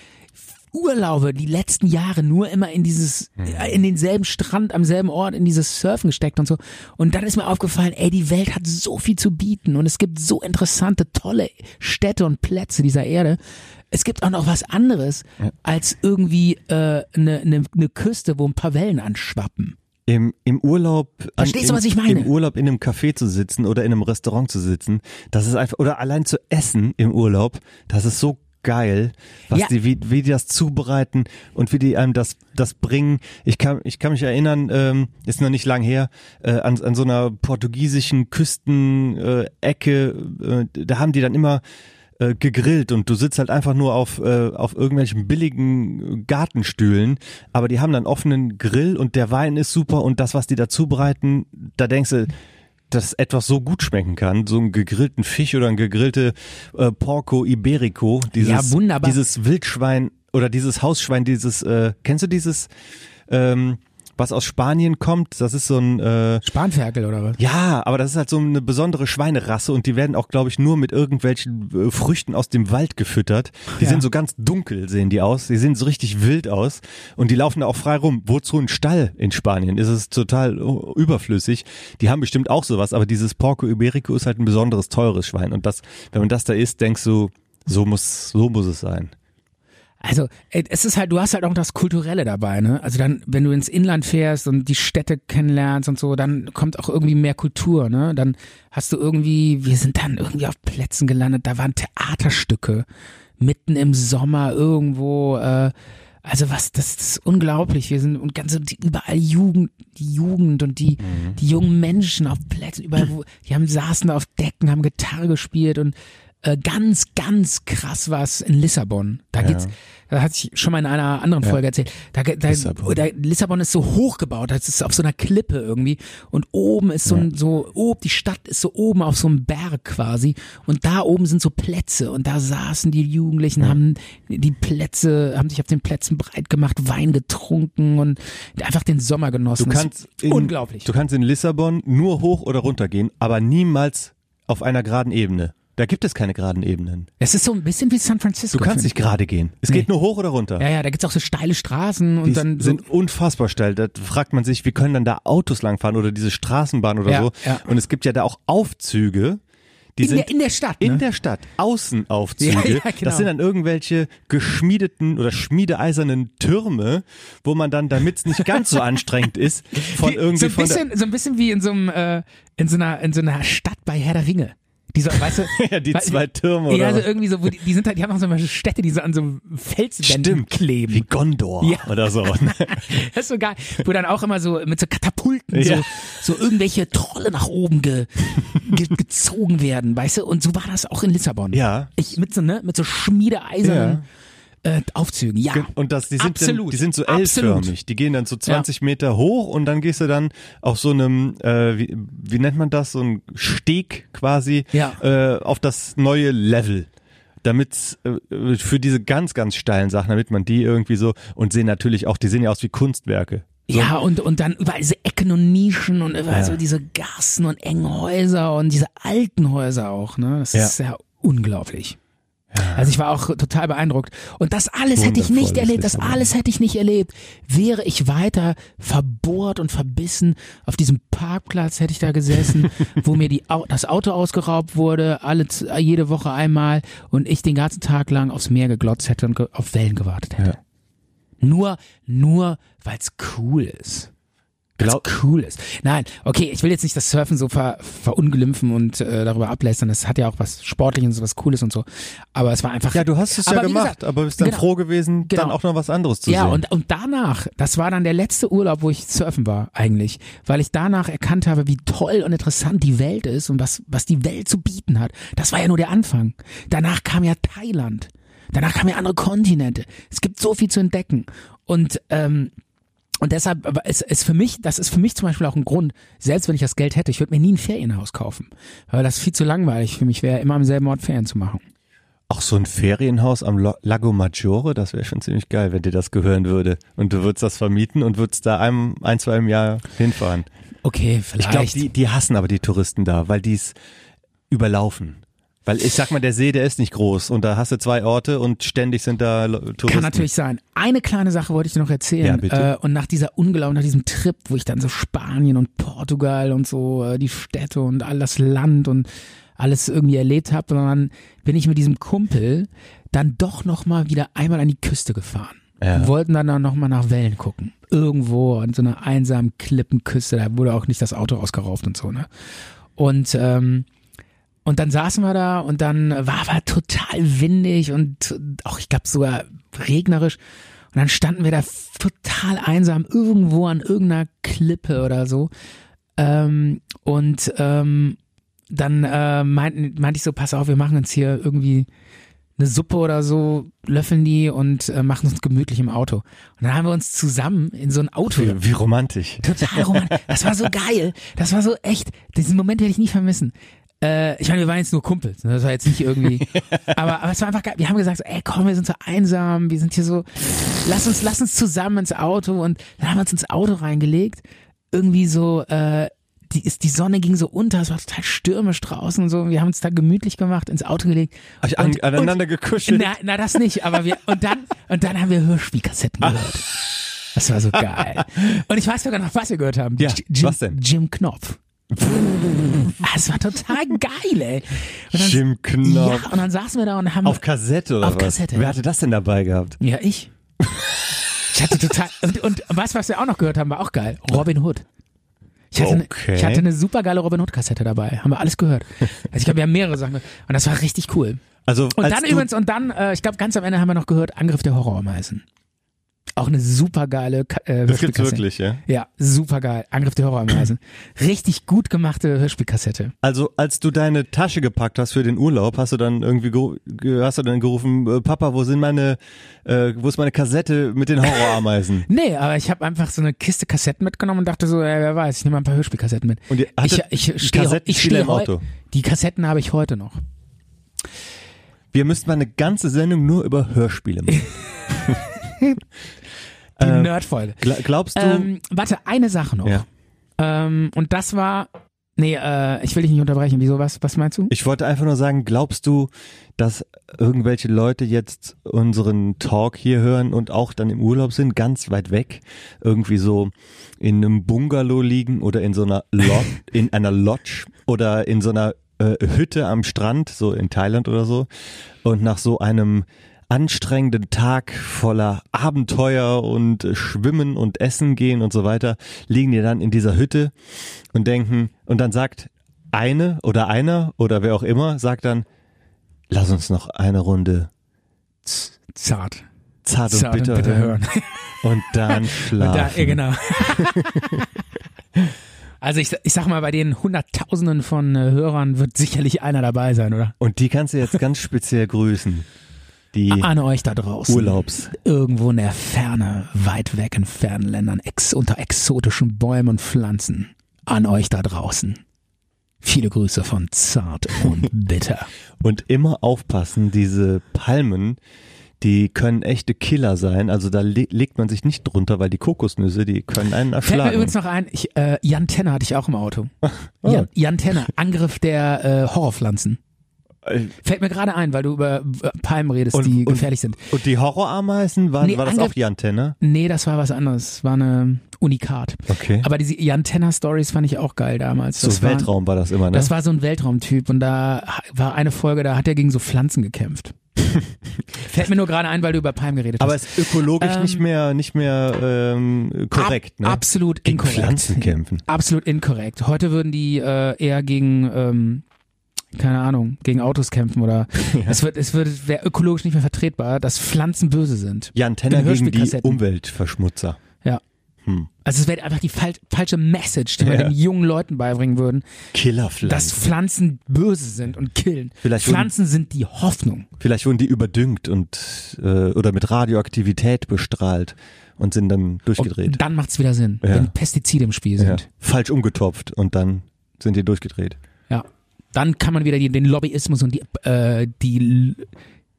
Speaker 3: Urlaube die letzten Jahre nur immer in dieses, äh, in denselben Strand, am selben Ort, in dieses Surfen gesteckt und so. Und dann ist mir aufgefallen, ey, die Welt hat so viel zu bieten und es gibt so interessante, tolle Städte und Plätze dieser Erde. Es gibt auch noch was anderes als irgendwie eine äh, ne, ne, ne Küste, wo ein paar Wellen anschwappen.
Speaker 4: Im, im Urlaub, an,
Speaker 3: Verstehst du,
Speaker 4: im,
Speaker 3: was ich meine?
Speaker 4: im Urlaub in einem Café zu sitzen oder in einem Restaurant zu sitzen, das ist einfach, oder allein zu essen im Urlaub, das ist so geil, was
Speaker 3: Ja.
Speaker 4: die, wie, wie die das zubereiten und wie die einem das, das bringen. Ich kann, ich kann mich erinnern, ähm, ist noch nicht lang her, äh, an, an so einer portugiesischen Küstenecke, äh, Ecke, äh, da haben die dann immer äh, gegrillt und du sitzt halt einfach nur auf, äh, auf irgendwelchen billigen äh, Gartenstühlen, aber die haben dann offenen Grill und der Wein ist super und das, was die da zubereiten, da denkst du, dass etwas so gut schmecken kann, so einen gegrillten Fisch oder ein gegrillte äh, Porco Iberico, dieses,
Speaker 3: Ja, wunderbar.
Speaker 4: dieses Wildschwein oder dieses Hausschwein, dieses, äh, kennst du dieses, ähm, was aus Spanien kommt, das ist so ein äh,
Speaker 3: Spanferkel oder was?
Speaker 4: ja, aber das ist halt so eine besondere Schweinerasse und die werden auch, glaube ich, nur mit irgendwelchen äh, Früchten aus dem Wald gefüttert. Die
Speaker 3: Ja.
Speaker 4: sind so ganz dunkel, sehen die aus. Die sehen so richtig wild aus und die laufen da auch frei rum. Wozu ein Stall in Spanien? Ist es total uh, überflüssig. Die haben bestimmt auch sowas, aber dieses Porco Iberico ist halt ein besonderes, teures Schwein. Und das, wenn man das da isst, denkst du, so muss, so muss es sein.
Speaker 3: Also, äh, es ist halt, du hast halt auch das Kulturelle dabei, ne? Also dann, wenn du ins Inland fährst und die Städte kennenlernst und so, dann kommt auch irgendwie mehr Kultur, ne? Dann hast du irgendwie, wir sind dann irgendwie auf Plätzen gelandet, da waren Theaterstücke mitten im Sommer irgendwo, äh, also was, das, das ist unglaublich. Wir sind und ganze die, überall Jugend, die Jugend und die, die jungen Menschen auf Plätzen, überall, wo, die haben saßen da auf Decken, haben Gitarre gespielt und äh, ganz, ganz krass war es in Lissabon. Da geht's, da hatte ich Äh, schon mal in einer anderen Folge erzählt. Da, ge- da,
Speaker 4: Lissabon.
Speaker 3: Lissabon. da Lissabon ist so hochgebaut, das ist auf so einer Klippe irgendwie und oben ist so ein, so ob die Stadt ist so oben auf so einem Berg quasi und da oben sind so Plätze und da saßen die Jugendlichen, haben die Plätze, haben sich auf den Plätzen breit gemacht, Wein getrunken und einfach den Sommer genossen.
Speaker 4: Du
Speaker 3: Das
Speaker 4: kannst
Speaker 3: ist
Speaker 4: in,
Speaker 3: unglaublich.
Speaker 4: Du kannst in Lissabon nur hoch oder runter gehen, aber niemals auf einer geraden Ebene. Da gibt es keine geraden Ebenen.
Speaker 3: Es ist so ein bisschen wie San Francisco.
Speaker 4: Du kannst
Speaker 3: finde
Speaker 4: nicht gerade gehen. Es geht nur hoch oder runter.
Speaker 3: ich. Ja, ja, da gibt's auch so steile Straßen und
Speaker 4: Die
Speaker 3: dann so-
Speaker 4: sind unfassbar steil. Da fragt man sich, wie können dann da Autos langfahren oder diese Straßenbahn oder
Speaker 3: Ja,
Speaker 4: so.
Speaker 3: ja.
Speaker 4: Und es gibt ja da auch Aufzüge, die
Speaker 3: in
Speaker 4: sind
Speaker 3: der, in der Stadt,
Speaker 4: in
Speaker 3: ne?
Speaker 4: der Stadt, Außenaufzüge,
Speaker 3: Ja, ja, genau.
Speaker 4: das sind dann irgendwelche geschmiedeten oder schmiedeeisernen Türme, wo man dann, damit es nicht ganz so anstrengend ist, von
Speaker 3: Die-
Speaker 4: irgendwie
Speaker 3: so ein
Speaker 4: von der,
Speaker 3: bisschen, so ein bisschen wie in so einem äh, in so einer in so einer Stadt bei Herr der Ringe. Diese, weißt du,
Speaker 4: Ja, die
Speaker 3: weil-
Speaker 4: zwei Türme oder
Speaker 3: Ja, also
Speaker 4: was?
Speaker 3: irgendwie so, wo die, die sind halt, die haben auch so manche Städte, die so an so Felswänden
Speaker 4: Stimmt.
Speaker 3: kleben.
Speaker 4: wie Gondor
Speaker 3: Ja.
Speaker 4: oder so.
Speaker 3: Das ist so geil, wo dann auch immer so mit so Katapulten
Speaker 4: Ja.
Speaker 3: so, so irgendwelche Trolle nach oben ge, ge, gezogen werden, weißt du? Und so war das auch in Lissabon.
Speaker 4: Ja.
Speaker 3: Ich, mit so, ne, mit so schmiedeeisernen äh, Aufzügen, ja.
Speaker 4: Und das, die sind, dann,
Speaker 3: Absolut.
Speaker 4: die sind so
Speaker 3: Absolut.
Speaker 4: L-förmig. Die gehen dann so 20 Meter hoch und dann gehst du dann auf so einem, äh, wie, wie nennt man das, so ein Steg quasi
Speaker 3: Ja.
Speaker 4: äh, auf das neue Level. Damit äh, für diese ganz, ganz steilen Sachen, damit man die irgendwie so und sehen natürlich auch, die sehen ja aus wie Kunstwerke.
Speaker 3: Ja, und, und dann überall diese Ecken und Nischen und überall so diese Gassen und engen Häuser und diese alten Häuser auch, ne? Das ist ja unglaublich. Also ich war auch total beeindruckt. Und das alles hätte ich
Speaker 4: Wundervolles
Speaker 3: nicht erlebt, das
Speaker 4: Lissabon.
Speaker 3: alles hätte ich nicht erlebt. Wäre ich weiter verbohrt und verbissen auf diesem Parkplatz, hätte ich da gesessen, wo mir die, Au- das Auto ausgeraubt wurde, alle, z- jede Woche einmal und ich den ganzen Tag lang aufs Meer geglotzt hätte und ge auf Wellen gewartet hätte. Nur, nur, weil's cool ist. Glaub cool ist. Nein, okay, ich will jetzt nicht das Surfen so ver verunglimpfen und äh, darüber ablästern. Das hat ja auch was Sportliches und was Cooles und so. Aber es war einfach.
Speaker 4: Ja, du hast es
Speaker 3: Aber
Speaker 4: ja
Speaker 3: wie
Speaker 4: gemacht,
Speaker 3: gesagt,
Speaker 4: aber bist dann
Speaker 3: genau.
Speaker 4: froh gewesen, dann
Speaker 3: Genau.
Speaker 4: auch noch was anderes zu
Speaker 3: Ja,
Speaker 4: sehen.
Speaker 3: und, und danach, das war dann der letzte Urlaub, wo ich surfen war, eigentlich, weil ich danach erkannt habe, wie toll und interessant die Welt ist und was, was die Welt zu bieten hat. Das war ja nur der Anfang. Danach kam ja Thailand. Danach kamen ja andere Kontinente. Es gibt so viel zu entdecken. Und, ähm, und deshalb aber es ist für mich, das ist für mich zum Beispiel auch ein Grund, selbst wenn ich das Geld hätte, ich würde mir nie ein Ferienhaus kaufen, weil das viel zu langweilig für mich wäre, immer am selben Ort Ferien zu machen.
Speaker 4: auch so ein Ferienhaus am Lo- Lago Maggiore, das wäre schon ziemlich geil, wenn dir das gehören würde. Und du würdest das vermieten und würdest da ein, ein zwei im Jahr hinfahren.
Speaker 3: Okay,
Speaker 4: Ich
Speaker 3: vielleicht.
Speaker 4: glaube, die, die hassen aber die Touristen da, weil die es überlaufen. Weil ich sag mal, der See, der ist nicht groß und da hast du zwei Orte und ständig sind da Lo- Touristen.
Speaker 3: Kann natürlich sein. Eine kleine Sache wollte ich dir noch erzählen.
Speaker 4: Ja, bitte.
Speaker 3: Äh, und nach dieser unglaublichen, nach diesem Trip, wo ich dann so Spanien und Portugal und so äh, die Städte und all das Land und alles irgendwie erlebt habe, dann bin ich mit diesem Kumpel dann doch noch mal wieder einmal an die Küste gefahren.
Speaker 4: Ja.
Speaker 3: Und Wollten dann, dann noch mal nach Wellen gucken. Irgendwo an so einer einsamen Klippenküste, da wurde auch nicht das Auto ausgerauft und so, ne? Und ähm, und dann saßen wir da und dann war war total windig und auch ich glaube sogar regnerisch. Und dann standen wir da total einsam irgendwo an irgendeiner Klippe oder so. Ähm, und ähm, dann äh, meinten, meinte ich so, pass auf, wir machen uns hier irgendwie eine Suppe oder so, löffeln die und äh, machen uns gemütlich im Auto. Und dann haben wir uns zusammen in so ein Auto
Speaker 4: Wie, wie romantisch.
Speaker 3: total romantisch. Das war so geil. Das war so echt. Diesen Moment werde ich nie vermissen. Äh, ich meine, wir waren jetzt nur Kumpels. Ne? Das war jetzt nicht irgendwie. aber, aber es war einfach geil. Wir haben gesagt, so, ey, komm, wir sind so einsam. Wir sind hier so. Lass uns, lass uns zusammen ins Auto. Und dann haben wir uns ins Auto reingelegt. Irgendwie so. Äh, die, ist, die Sonne ging so unter, es war total stürmisch draußen und so. Und wir haben uns da gemütlich gemacht, ins Auto gelegt.
Speaker 4: Hab ich an,
Speaker 3: Und-
Speaker 4: aneinander gekuschelt.
Speaker 3: Na, na, das nicht, aber wir, und dann, und dann haben wir Hörspielkassetten
Speaker 4: Ah.
Speaker 3: gehört. Das war so geil. Und ich weiß sogar noch, was wir gehört haben.
Speaker 4: Ja,
Speaker 3: J- Jim,
Speaker 4: was denn?
Speaker 3: Jim Knopf. Ah, Das war total geil, ey. Und dann,
Speaker 4: Jim Knopf.
Speaker 3: Ja, und dann saßen wir da und haben.
Speaker 4: Auf Kassette oder
Speaker 3: Auf
Speaker 4: was?
Speaker 3: Kassette,
Speaker 4: Wer
Speaker 3: ja.
Speaker 4: hatte das denn dabei gehabt?
Speaker 3: ja, ich. Ich hatte total. Und, und was, was wir auch noch gehört haben, war auch geil. Robin Hood. Ich hatte,
Speaker 4: Okay.
Speaker 3: eine, ich hatte eine super geile Robin Hood-Kassette dabei. Haben wir alles gehört. Also ich glaube, wir haben mehrere Sachen. gehört. Und das war richtig cool.
Speaker 4: Also
Speaker 3: Und
Speaker 4: als
Speaker 3: dann
Speaker 4: du,
Speaker 3: übrigens, und dann, äh, ich glaube, ganz am Ende haben wir noch gehört, Angriff der Horrorameisen. Auch eine super geile äh,
Speaker 4: das gibt's
Speaker 3: Hörspielkassette.
Speaker 4: wirklich, ja.
Speaker 3: Ja, super geil. Angriff der Horrorameisen. Richtig gut gemachte Hörspielkassette.
Speaker 4: Also als du deine Tasche gepackt hast für den Urlaub, hast du dann irgendwie geru- ge- hast du dann gerufen, äh, Papa, wo sind meine, äh, wo ist meine Kassette mit den Horrorameisen?
Speaker 3: Nee, aber ich habe einfach so eine Kiste Kassetten mitgenommen und dachte so, ey, wer weiß, ich nehme ein paar Hörspielkassetten mit.
Speaker 4: Und ihr
Speaker 3: ich
Speaker 4: hattet einen
Speaker 3: ich stehe ich
Speaker 4: Kassettenspieler
Speaker 3: steh
Speaker 4: im
Speaker 3: heu-
Speaker 4: Auto?
Speaker 3: Die Kassetten habe ich heute noch.
Speaker 4: Wir müssten mal eine ganze Sendung nur über Hörspiele machen.
Speaker 3: Die Nerdfolge.
Speaker 4: Gla- Glaubst Ähm, du?
Speaker 3: Ähm, warte, eine Sache noch.
Speaker 4: ja.
Speaker 3: Ähm, und das war. Nee, äh, ich will dich nicht unterbrechen. Wieso was? Was meinst du?
Speaker 4: Ich wollte einfach nur sagen, glaubst du, dass irgendwelche Leute jetzt unseren Talk hier hören und auch dann im Urlaub sind, ganz weit weg, irgendwie so in einem Bungalow liegen oder in so einer Lodge, in einer Lodge oder in so einer äh, Hütte am Strand, so in Thailand oder so, und nach so einem anstrengenden Tag voller Abenteuer und äh, Schwimmen und Essen gehen und so weiter, liegen die dann in dieser Hütte und denken, und dann sagt eine oder einer oder wer auch immer, sagt dann, lass uns noch eine Runde
Speaker 3: Zart.
Speaker 4: zart und, bitter, Also hören. Und dann
Speaker 3: Und
Speaker 4: schlafen.
Speaker 3: Da, ja, genau. also ich, ich sag mal, bei den Hunderttausenden von äh, Hörern wird sicherlich einer dabei sein, oder?
Speaker 4: Und die kannst du jetzt ganz speziell grüßen. Die
Speaker 3: An euch da draußen.
Speaker 4: Urlaubs.
Speaker 3: Irgendwo in der Ferne, weit weg in fernen Ländern, ex unter exotischen Bäumen und Pflanzen. An euch da draußen. Viele Grüße von Zart und Bitter.
Speaker 4: Und immer aufpassen, diese Palmen, die können echte Killer sein. Also da le legt man sich nicht drunter, weil die Kokosnüsse, die können einen
Speaker 3: Fällt mir
Speaker 4: erschlagen.
Speaker 3: übrigens noch ein, ich, äh, Oh. Jan Tenner hatte ich auch im Auto. Jan, Jan Tenner, Angriff der äh, Horrorpflanzen. Fällt mir gerade ein, weil du über äh, Palmen redest, die gefährlich sind.
Speaker 4: Und die Horrorameisen, war,
Speaker 3: Nee,
Speaker 4: war das
Speaker 3: Angriff-
Speaker 4: auch die Antenne?
Speaker 3: Nee, das war was anderes. War eine Unikat.
Speaker 4: Okay.
Speaker 3: Aber diese Jantenna-Stories fand ich auch geil damals.
Speaker 4: So
Speaker 3: Das war-
Speaker 4: Weltraum war das immer, ne?
Speaker 3: Das war so ein Weltraumtyp und da war eine Folge, da hat er gegen so Pflanzen gekämpft. Fällt mir nur gerade ein, weil du über Palm geredet
Speaker 4: aber
Speaker 3: hast.
Speaker 4: ist ökologisch
Speaker 3: Ähm,
Speaker 4: nicht mehr, nicht mehr ähm, korrekt, ne?
Speaker 3: Absolut
Speaker 4: Gegen
Speaker 3: inkorrekt.
Speaker 4: Pflanzen kämpfen.
Speaker 3: Absolut inkorrekt. Heute würden die äh, eher gegen, ähm, keine Ahnung, gegen Autos kämpfen oder es wird, es wird, wäre ökologisch nicht mehr vertretbar, dass Pflanzen böse sind.
Speaker 4: Ja, Antenna
Speaker 3: In
Speaker 4: gegen die
Speaker 3: Hörspielkassetten.
Speaker 4: Umweltverschmutzer.
Speaker 3: Ja. Also es wäre einfach die fal falsche Message, die wir
Speaker 4: Ja.
Speaker 3: den jungen Leuten beibringen würden,
Speaker 4: Killerpflanzen.
Speaker 3: dass Pflanzen böse sind und killen.
Speaker 4: Vielleicht würden-
Speaker 3: Pflanzen sind die Hoffnung.
Speaker 4: Vielleicht wurden die überdüngt und äh, oder mit Radioaktivität bestrahlt und sind dann
Speaker 3: Und
Speaker 4: durchgedreht.
Speaker 3: dann macht's wieder Sinn,
Speaker 4: Ja.
Speaker 3: wenn Pestizide im Spiel sind.
Speaker 4: ja. Falsch umgetopft und dann sind die durchgedreht.
Speaker 3: Ja. Dann kann man wieder die, den Lobbyismus und die, äh, die,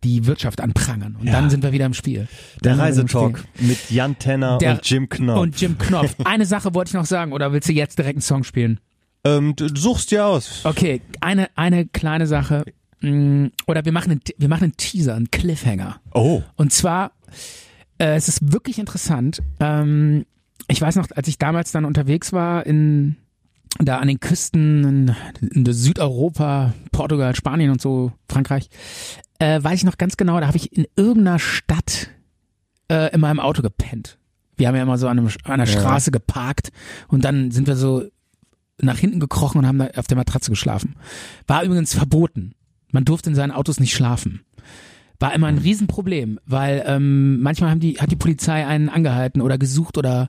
Speaker 3: die Wirtschaft anprangern. Und
Speaker 4: Ja.
Speaker 3: dann sind wir wieder im Spiel.
Speaker 4: Der
Speaker 3: Dann sind wir im
Speaker 4: Reisetalk
Speaker 3: Spiel.
Speaker 4: mit Jan Tenner
Speaker 3: Der-
Speaker 4: und Jim Knopf.
Speaker 3: Und Jim Knopf. Eine Sache wollte ich noch sagen, oder willst du jetzt direkt einen Song spielen?
Speaker 4: ähm, du suchst dir aus.
Speaker 3: Okay, eine, eine kleine Sache. Mm, Oder wir machen einen, wir machen einen Teaser, einen Cliffhanger.
Speaker 4: Oh.
Speaker 3: Und zwar, äh, es ist wirklich interessant. Ähm, ich weiß noch, als ich damals dann unterwegs war in da an den Küsten in, in Südeuropa, Portugal, Spanien und so, Frankreich, äh, weiß ich noch ganz genau, da habe ich in irgendeiner Stadt äh, in meinem Auto gepennt. Wir haben ja immer so an, einem, an einer Straße geparkt und dann sind wir so nach hinten gekrochen und haben da auf der Matratze geschlafen. War übrigens verboten. Man durfte in seinen Autos nicht schlafen war immer
Speaker 4: Mhm.
Speaker 3: ein Riesenproblem, weil ähm, manchmal haben die, hat die Polizei einen angehalten oder gesucht oder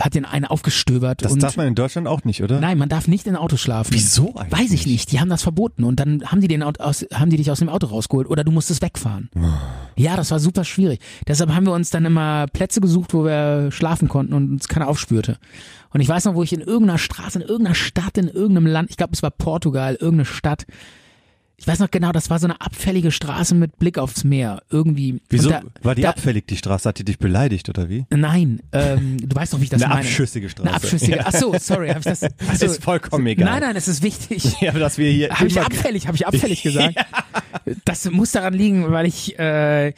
Speaker 3: hat den einen aufgestöbert.
Speaker 4: Das
Speaker 3: und
Speaker 4: darf man in Deutschland auch nicht, oder?
Speaker 3: Nein, man darf nicht in Auto schlafen.
Speaker 4: Wieso eigentlich?
Speaker 3: Weiß ich nicht. Die haben das verboten und dann haben die, den Aut- aus, haben die dich aus dem Auto rausgeholt oder du musstest wegfahren.
Speaker 4: Ah.
Speaker 3: Ja, das war super schwierig. Deshalb haben wir uns dann immer Plätze gesucht, wo wir schlafen konnten und uns keiner aufspürte. Und ich weiß noch, wo ich in irgendeiner Straße, in irgendeiner Stadt, in irgendeinem Land, ich glaube, es war Portugal, irgendeine Stadt. Ich weiß noch genau, das war so eine abfällige Straße mit Blick aufs Meer. Irgendwie.
Speaker 4: Wieso?
Speaker 3: Und da-
Speaker 4: War die
Speaker 3: da,
Speaker 4: abfällig, die Straße? Hat die dich beleidigt, oder wie?
Speaker 3: Nein, ähm, du weißt doch, wie ich das
Speaker 4: Eine
Speaker 3: meine.
Speaker 4: abschüssige Straße.
Speaker 3: Eine abschüssige. Ach so, sorry, habe ich das? Ach so.
Speaker 4: Ist vollkommen egal.
Speaker 3: Also, Nein, nein, es ist wichtig.
Speaker 4: Ja, aber dass wir hier
Speaker 3: Habe ich
Speaker 4: immer-
Speaker 3: abfällig, habe ich abfällig gesagt. Das muss daran liegen, weil ich äh, äh,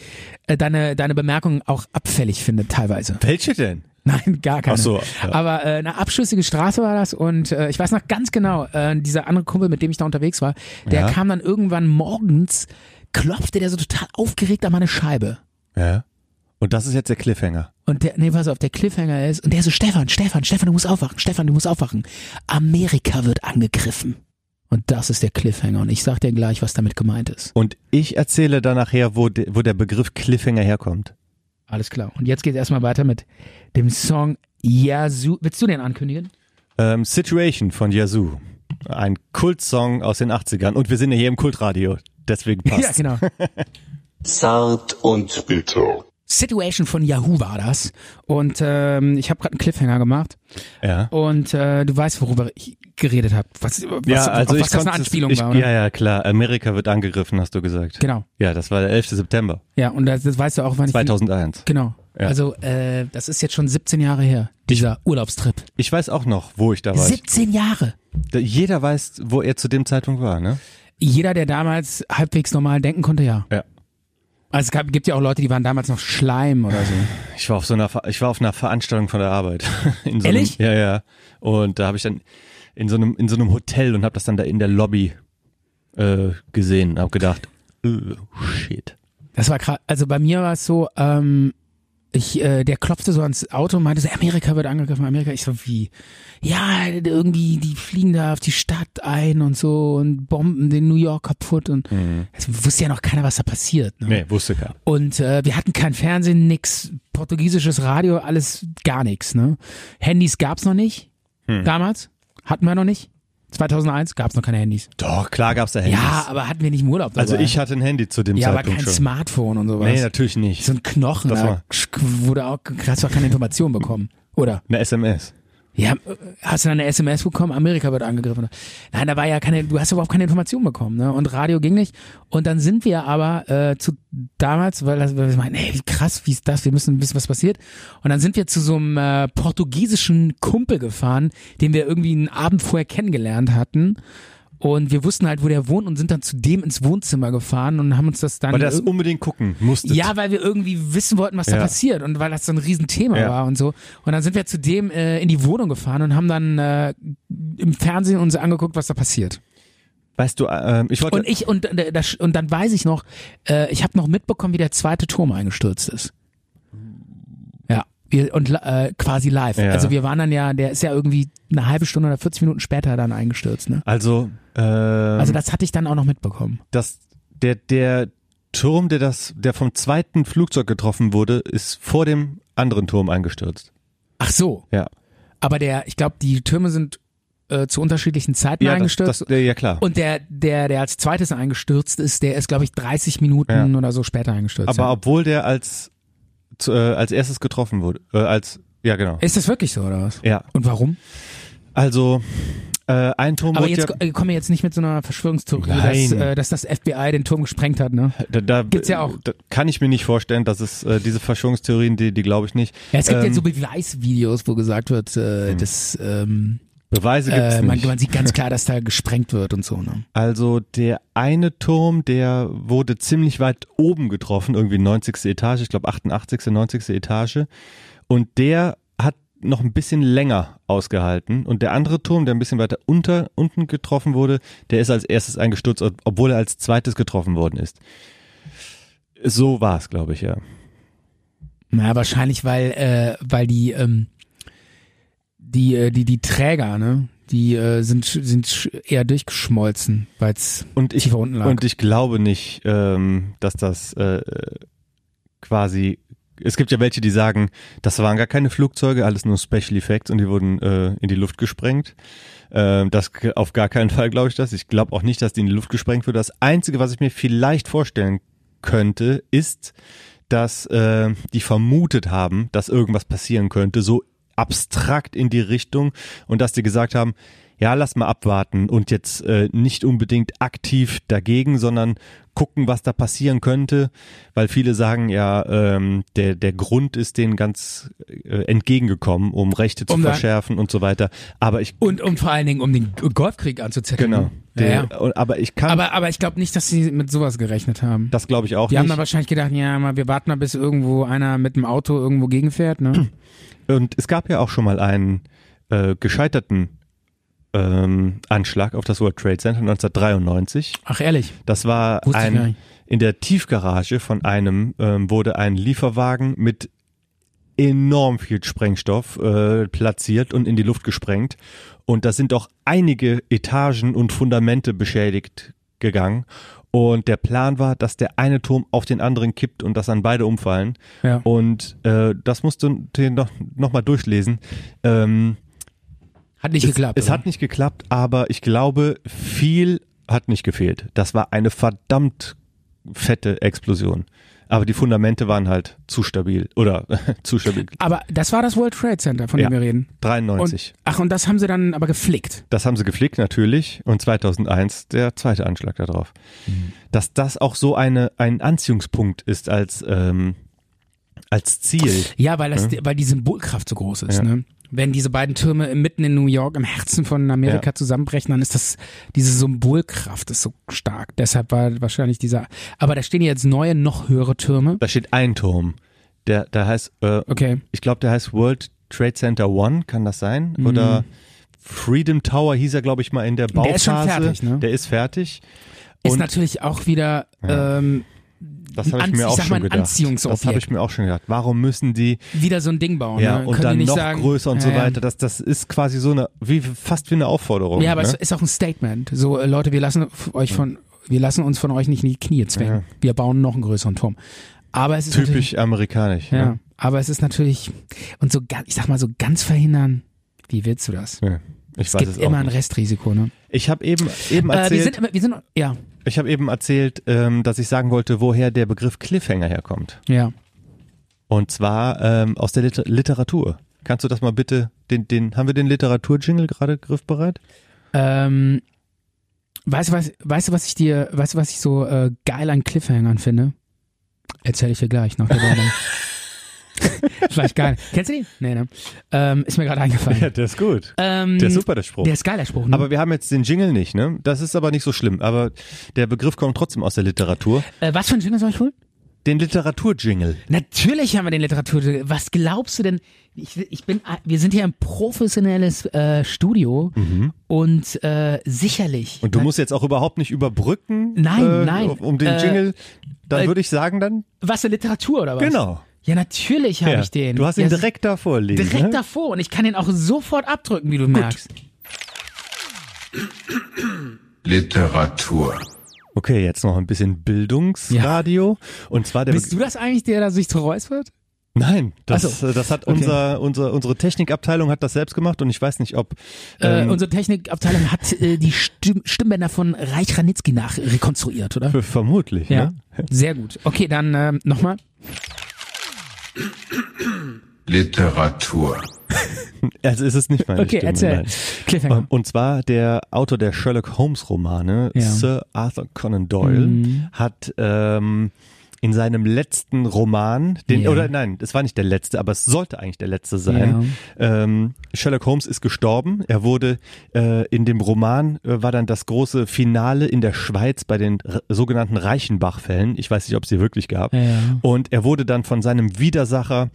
Speaker 3: deine deine Bemerkungen auch abfällig finde teilweise.
Speaker 4: Welche denn?
Speaker 3: Nein, gar keine.
Speaker 4: Ach so, ja.
Speaker 3: Aber äh, eine abschüssige Straße war das und äh, ich weiß noch ganz genau, äh, dieser andere Kumpel, mit dem ich da unterwegs war, der
Speaker 4: Ja.
Speaker 3: kam dann irgendwann morgens, klopfte der so total aufgeregt an meine Scheibe.
Speaker 4: Ja. Und das ist jetzt der Cliffhanger.
Speaker 3: Und der, nee, pass auf, der Cliffhanger ist, und der so, Stefan, Stefan, Stefan, du musst aufwachen, Stefan, du musst aufwachen. Amerika wird angegriffen. Und das ist der Cliffhanger. Und ich sag dir gleich, was damit gemeint ist.
Speaker 4: Und ich erzähle dann nachher, wo, de, wo der Begriff Cliffhanger herkommt.
Speaker 3: Alles klar. Und jetzt geht's erstmal weiter mit dem Song Yazoo. Willst du den ankündigen?
Speaker 4: Ähm, Situation von Yazoo. Ein Kultsong aus den 80ern. Und wir sind ja hier im Kultradio. Deswegen passt.
Speaker 3: Ja, genau.
Speaker 1: Zart und bitter.
Speaker 3: Situation von Yahoo war das. Und ähm, ich habe gerade einen Cliffhanger gemacht.
Speaker 4: Ja.
Speaker 3: Und äh, du weißt, worüber ich geredet habe. Was, was,
Speaker 4: Ja, also
Speaker 3: auf
Speaker 4: ich
Speaker 3: was das eine
Speaker 4: konnte es-
Speaker 3: Anspielung
Speaker 4: ich,
Speaker 3: war, oder?
Speaker 4: Ja, ja, klar. Amerika wird angegriffen, hast du gesagt.
Speaker 3: Genau.
Speaker 4: Ja, das war der 11. September
Speaker 3: Ja, und das, das weißt du auch, wann ich
Speaker 4: 2001.
Speaker 3: Genau.
Speaker 4: Ja.
Speaker 3: Also äh, das ist jetzt schon 17 Jahre her, dieser Urlaubstrip.
Speaker 4: Ich weiß auch noch, wo ich da war.
Speaker 3: 17 Jahre.
Speaker 4: Da- Jeder weiß, wo er zu dem Zeitpunkt war, ne?
Speaker 3: Jeder, der damals halbwegs normal denken konnte, ja.
Speaker 4: Ja.
Speaker 3: Also es gab, gibt ja auch Leute, die waren damals noch Schleim oder so.
Speaker 4: Ich war auf so einer, Ver- ich war auf einer Veranstaltung von der Arbeit. In so
Speaker 3: Ehrlich?
Speaker 4: Einem, ja, ja. Und da habe ich dann in so einem, in so einem Hotel und habe das dann da in der Lobby äh, gesehen und habe gedacht, äh, shit.
Speaker 3: Das war krass. Also bei mir war es so, ähm, ich, äh, der klopfte so ans Auto und meinte so, Amerika wird angegriffen, Amerika. Ich so, wie? Ja, irgendwie, die fliegen da auf die Stadt ein und so und bomben den New York kaputt und es wusste ja noch keiner, was da passiert. Ne?
Speaker 4: Mhm. Nee, wusste keiner.
Speaker 3: Und äh, wir hatten kein Fernsehen, nix, portugiesisches Radio, alles gar nichts. Ne? Handys gab's noch nicht
Speaker 4: Hm.
Speaker 3: damals, hatten wir noch nicht. 2001 gab's noch keine Handys.
Speaker 4: Doch, klar gab's da Handys.
Speaker 3: Ja, aber hatten wir nicht im Urlaub dabei.
Speaker 4: also ich hatte ein Handy zu dem
Speaker 3: ja, aber
Speaker 4: Zeitpunkt
Speaker 3: kein
Speaker 4: schon.
Speaker 3: Smartphone und sowas.
Speaker 4: nee, natürlich nicht.
Speaker 3: so ein Knochen,
Speaker 4: Das
Speaker 3: da
Speaker 4: war-
Speaker 3: wurde auch, hast du auch keine Information bekommen, oder?
Speaker 4: Eine SMS.
Speaker 3: Ja, äh, hast du dann eine SMS bekommen, Amerika wird angegriffen. Nein, da war ja keine, du hast überhaupt keine Information bekommen, ne? Und Radio ging nicht. Und dann sind wir aber äh, zu damals, weil, das, weil wir meinen, ey, wie krass, wie ist das? Wir müssen wissen, was passiert. Und dann sind wir zu so einem äh, portugiesischen Kumpel gefahren, den wir irgendwie einen Abend vorher kennengelernt hatten. Und wir wussten halt, wo der wohnt und sind dann zu dem ins Wohnzimmer gefahren und haben uns das dann.
Speaker 4: Weil das
Speaker 3: irg-
Speaker 4: unbedingt gucken musstet.
Speaker 3: äh, ja, weil wir irgendwie wissen wollten, was da
Speaker 4: Ja.
Speaker 3: passiert und weil das so ein Riesenthema
Speaker 4: Ja.
Speaker 3: war und so. Und dann sind wir zu dem äh, in die Wohnung gefahren und haben dann äh, im Fernsehen uns angeguckt, was da passiert.
Speaker 4: Weißt du, ähm, ich wollte.
Speaker 3: Und ich und äh, das, und dann weiß ich noch, äh, ich habe noch mitbekommen, wie der zweite Turm eingestürzt ist. Ja, wir, und äh, quasi live.
Speaker 4: Ja.
Speaker 3: Also wir waren dann ja, der ist ja irgendwie eine halbe Stunde oder 40 Minuten später dann eingestürzt. Ne?
Speaker 4: also, ähm,
Speaker 3: Also das hatte ich dann auch noch mitbekommen.
Speaker 4: das, der, der Turm, der das, der vom zweiten Flugzeug getroffen wurde, ist vor dem anderen Turm eingestürzt.
Speaker 3: Ach so,
Speaker 4: Ja.
Speaker 3: aber der, ich glaube, die Türme sind äh, zu unterschiedlichen Zeiten
Speaker 4: Ja, das,
Speaker 3: eingestürzt.
Speaker 4: das, ja, klar.
Speaker 3: und der, der, der als zweites eingestürzt ist, der ist, glaube ich, 30 Minuten
Speaker 4: Ja.
Speaker 3: oder so später eingestürzt.
Speaker 4: Aber
Speaker 3: ja.
Speaker 4: obwohl der als, zu, äh, als erstes getroffen wurde, äh, als, ja, genau.
Speaker 3: ist das wirklich so, oder was?
Speaker 4: Ja.
Speaker 3: Und warum?
Speaker 4: Also, äh, ein Turm
Speaker 3: Aber
Speaker 4: wurde
Speaker 3: jetzt
Speaker 4: ja,
Speaker 3: äh, kommen wir jetzt nicht mit so einer Verschwörungstheorie, dass,
Speaker 4: Nein.
Speaker 3: äh, dass das FBI den Turm gesprengt hat, ne?
Speaker 4: da, da,
Speaker 3: gibt's ja auch.
Speaker 4: Da kann ich mir nicht vorstellen, dass es äh, diese Verschwörungstheorien, die, die glaube ich nicht.
Speaker 3: Ja, es gibt
Speaker 4: Ähm,
Speaker 3: jetzt so Beweisvideos, wo gesagt wird, äh, dass ähm,
Speaker 4: Beweise gibt's
Speaker 3: äh, man,
Speaker 4: nicht.
Speaker 3: man sieht ganz klar, dass da gesprengt wird und so, ne?
Speaker 4: Also der eine Turm, der wurde ziemlich weit oben getroffen, irgendwie 90. Etage, ich glaube 88., 90. Etage. Und der hat noch ein bisschen länger ausgehalten. Und der andere Turm, der ein bisschen weiter unter, unten getroffen wurde, der ist als erstes eingestürzt, ob- obwohl er als zweites getroffen worden ist. So war es, glaube ich, ja.
Speaker 3: Na, wahrscheinlich, weil, äh, weil die, ähm, die, äh, die, die Träger, ne? Die äh, sind, sind sch- eher durchgeschmolzen, weil's
Speaker 4: Und ich,
Speaker 3: tiefer unten lag.
Speaker 4: und ich glaube nicht, ähm, dass das äh, quasi. Es gibt ja welche, die sagen, das waren gar keine Flugzeuge, alles nur Special Effects und die wurden äh, in die Luft gesprengt. Ähm, das g- auf gar keinen Fall glaube ich das. Ich glaube auch nicht, dass die in die Luft gesprengt wurde. Das Einzige, was ich mir vielleicht vorstellen könnte, ist, dass äh, die vermutet haben, dass irgendwas passieren könnte, so abstrakt in die Richtung und dass die gesagt haben, ja, lass mal abwarten und jetzt äh, nicht unbedingt aktiv dagegen, sondern gucken, was da passieren könnte, weil viele sagen ja, ähm, der, der Grund ist denen ganz äh, entgegengekommen, um Rechte zu
Speaker 3: Um da-
Speaker 4: verschärfen und so weiter. Aber ich,
Speaker 3: und um vor allen Dingen, um den Golfkrieg anzuzetteln.
Speaker 4: genau,
Speaker 3: Ja,
Speaker 4: der,
Speaker 3: ja.
Speaker 4: und- aber ich kann,
Speaker 3: Aber, aber ich glaube nicht, dass sie mit sowas gerechnet haben.
Speaker 4: das glaube ich auch
Speaker 3: Die haben
Speaker 4: nicht.
Speaker 3: dann wahrscheinlich gedacht, ja, mal, wir warten mal, bis irgendwo einer mit dem Auto irgendwo gegenfährt, ne?
Speaker 4: Und es gab ja auch schon mal einen äh, gescheiterten ähm, Anschlag auf das World Trade Center 1993.
Speaker 3: Ach, ehrlich.
Speaker 4: Das war
Speaker 3: Wusste ich gar
Speaker 4: ein,
Speaker 3: nicht.
Speaker 4: in der Tiefgarage von einem ähm, wurde ein Lieferwagen mit enorm viel Sprengstoff äh, platziert und in die Luft gesprengt. Und da sind auch einige Etagen und Fundamente beschädigt gegangen. Und der Plan war, dass der eine Turm auf den anderen kippt und dass dann beide umfallen.
Speaker 3: Ja.
Speaker 4: Und äh, das musst du dir noch, noch mal durchlesen. Ähm,
Speaker 3: Hat nicht geklappt.
Speaker 4: es
Speaker 3: oder?
Speaker 4: hat nicht geklappt, aber ich glaube, viel hat nicht gefehlt. Das war eine verdammt fette Explosion. Aber die Fundamente waren halt zu stabil oder zu stabil.
Speaker 3: aber das war das World Trade Center, von
Speaker 4: Ja.
Speaker 3: dem wir reden. Und,
Speaker 4: 93.
Speaker 3: ach, und das haben sie dann aber geflickt.
Speaker 4: Das haben sie gepflegt natürlich und 2001 der zweite Anschlag darauf.
Speaker 3: Mhm.
Speaker 4: Dass das auch so eine ein Anziehungspunkt ist als ähm, als Ziel.
Speaker 3: Ja, weil, das, weil die Symbolkraft so groß ist,
Speaker 4: Ja.
Speaker 3: ne? Wenn diese beiden Türme mitten in New York, im Herzen von Amerika
Speaker 4: Ja.
Speaker 3: zusammenbrechen, dann ist das, diese Symbolkraft ist so stark. Deshalb war wahrscheinlich dieser, aber da stehen ja jetzt neue, noch höhere Türme.
Speaker 4: Da steht ein Turm, der da heißt äh,
Speaker 3: Okay.
Speaker 4: Ich glaube, der heißt World Trade Center One, kann das sein?
Speaker 3: Mhm.
Speaker 4: Oder Freedom Tower hieß er, glaube ich, mal in der Bauphase.
Speaker 3: Der ist schon fertig, ne?
Speaker 4: Der ist fertig.
Speaker 3: Ist
Speaker 4: Und-
Speaker 3: natürlich auch wieder, ähm,
Speaker 4: Das habe ich
Speaker 3: Anzie-
Speaker 4: mir auch
Speaker 3: ich sag mal,
Speaker 4: schon
Speaker 3: ein
Speaker 4: gedacht.
Speaker 3: Anziehungsobjekt.
Speaker 4: Das habe ich mir auch schon gedacht. Warum müssen die
Speaker 3: wieder so ein Ding bauen.
Speaker 4: ja
Speaker 3: ne?
Speaker 4: und
Speaker 3: Können die
Speaker 4: dann
Speaker 3: nicht
Speaker 4: noch
Speaker 3: sagen,
Speaker 4: größer und so
Speaker 3: ja, ja.
Speaker 4: weiter? Das das ist quasi so eine wie fast wie eine Aufforderung.
Speaker 3: Ja, aber
Speaker 4: ne?
Speaker 3: es ist auch ein Statement. So, äh, Leute, wir lassen f- euch von, wir lassen uns von euch nicht in die Knie zwängen. Wir bauen noch einen größeren Turm. Aber es ist natürlich,
Speaker 4: typisch amerikanisch.
Speaker 3: ja,
Speaker 4: Ne?
Speaker 3: aber es ist natürlich, und so, ga- ich sag mal so ganz verhindern, wie willst du das?
Speaker 4: Ja. Ich
Speaker 3: Es
Speaker 4: weiß
Speaker 3: gibt
Speaker 4: es auch
Speaker 3: immer ein
Speaker 4: nicht.
Speaker 3: Restrisiko, ne?
Speaker 4: Ich habe eben eben
Speaker 3: Äh, wir
Speaker 4: erzählt,
Speaker 3: sind, immer- wir sind, ja,
Speaker 4: ich habe eben erzählt, ähm, dass ich sagen wollte, woher der Begriff Cliffhanger herkommt.
Speaker 3: ja.
Speaker 4: Und zwar ähm, aus der Liter Literatur. Kannst du das mal bitte, den, den, haben wir den Literaturjingle gerade griffbereit?
Speaker 3: Ähm, weißt du, was, weißt du, was ich dir, weißt du, was ich so äh, geil an Cliffhangern finde? Erzähle ich dir gleich nach der Werbung. Vielleicht gar nicht. Kennst du den? Nee, ne. Ähm, ist mir gerade eingefallen.
Speaker 4: Ja, der ist gut.
Speaker 3: Ähm,
Speaker 4: der ist super, der Spruch.
Speaker 3: Der ist geil, der Spruch. Ne?
Speaker 4: aber wir haben jetzt den Jingle nicht, ne? Das ist aber nicht so schlimm. Aber der Begriff kommt trotzdem aus der Literatur.
Speaker 3: äh, was für einen Jingle soll ich holen?
Speaker 4: Den Literaturjingle.
Speaker 3: Natürlich haben wir den Literatur. Was glaubst du denn? Ich, ich bin, wir sind hier ein professionelles äh, Studio und äh, sicherlich.
Speaker 4: Mhm. Und du musst jetzt auch überhaupt nicht überbrücken.
Speaker 3: Nein,
Speaker 4: äh,
Speaker 3: nein.
Speaker 4: Um den
Speaker 3: Äh,
Speaker 4: Jingle. Dann
Speaker 3: äh,
Speaker 4: würde ich sagen, dann.
Speaker 3: was eine Literatur oder was?
Speaker 4: Genau.
Speaker 3: Ja, natürlich habe
Speaker 4: Ja.
Speaker 3: ich den.
Speaker 4: Du hast
Speaker 3: ja,
Speaker 4: ihn direkt davor liegen.
Speaker 3: direkt
Speaker 4: ne?
Speaker 3: davor und ich kann den auch sofort abdrücken, wie du merkst.
Speaker 1: Literatur.
Speaker 4: Okay, jetzt noch ein bisschen Bildungsradio. Und zwar der
Speaker 3: Bist du das eigentlich, der da sich zu räuspert?
Speaker 4: Nein,
Speaker 3: Ach
Speaker 4: das,
Speaker 3: so.
Speaker 4: äh, das hat
Speaker 3: Okay.
Speaker 4: unser, unser, unsere Technikabteilung hat das selbst gemacht und ich weiß nicht, ob Ähm.
Speaker 3: Äh, unsere Technikabteilung hat äh, die Stimm Stimmbänder von Reich Ranitzky nach rekonstruiert, oder?
Speaker 4: äh, vermutlich.
Speaker 3: Ja,
Speaker 4: Ne?
Speaker 3: sehr gut. Okay, dann ähm, nochmal.
Speaker 1: Literatur.
Speaker 4: Also ist es nicht meine
Speaker 3: Okay,
Speaker 4: Stimme.
Speaker 3: erzähl.
Speaker 4: Nein.
Speaker 3: Cliffhanger.
Speaker 4: Ähm, Und zwar der Autor der Sherlock Holmes Romane,
Speaker 3: Ja. Mhm.
Speaker 4: Sir Arthur Conan Doyle, hat ähm, in seinem letzten Roman, den,
Speaker 3: Ja.
Speaker 4: oder nein, es war nicht der letzte, aber es sollte eigentlich der letzte sein. Ähm, Sherlock Holmes ist gestorben. Er wurde äh, in dem Roman äh, war dann das große Finale in der Schweiz bei den r- sogenannten Reichenbach-Fällen. Ich weiß nicht, ob es sie wirklich gab.
Speaker 3: Ja.
Speaker 4: Und er wurde dann von seinem Widersacher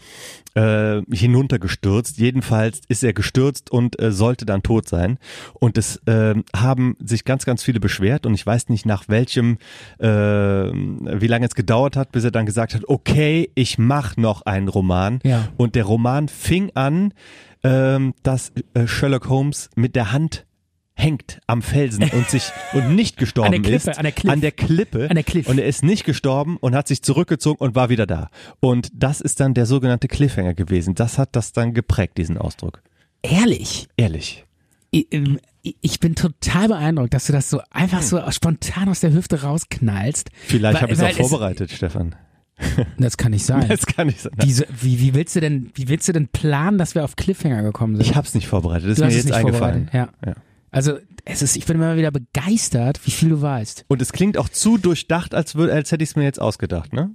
Speaker 4: äh, hinuntergestürzt. Jedenfalls ist er gestürzt und äh, sollte dann tot sein. Und es ähm, haben sich ganz, ganz viele beschwert und ich weiß nicht nach welchem, äh, wie lange es gedauert hat, bis er dann gesagt hat, okay, ich mache noch einen Roman.
Speaker 3: Ja.
Speaker 4: Und der Roman fing an, ähm, dass äh, Sherlock Holmes mit der Hand hängt am Felsen und sich und nicht gestorben
Speaker 3: An der Klippe,
Speaker 4: ist
Speaker 3: an der Cliff.
Speaker 4: an der Klippe
Speaker 3: An der Cliff.
Speaker 4: und er ist nicht gestorben und hat sich zurückgezogen und war wieder da und das ist dann der sogenannte Cliffhanger gewesen das hat das dann geprägt diesen Ausdruck
Speaker 3: Ehrlich,
Speaker 4: ehrlich
Speaker 3: ich, ähm, ich bin total beeindruckt, dass du das so einfach so spontan aus der Hüfte rausknallst.
Speaker 4: Hm. vielleicht
Speaker 3: Weil-
Speaker 4: habe ich es
Speaker 3: weil
Speaker 4: auch vorbereitet Stefan
Speaker 3: Das kann nicht sein.
Speaker 4: das kann ich sagen
Speaker 3: Diese, wie, wie willst du denn, wie willst du denn planen, dass wir auf Cliffhanger gekommen sind?
Speaker 4: ich habe es nicht vorbereitet das ist
Speaker 3: Du
Speaker 4: mir
Speaker 3: hast es
Speaker 4: jetzt
Speaker 3: nicht
Speaker 4: eingefallen
Speaker 3: vorbereitet, ja. Also, es ist, ich bin immer wieder begeistert, wie viel du weißt.
Speaker 4: und es klingt auch zu durchdacht als würde als hätte ich es mir jetzt ausgedacht ne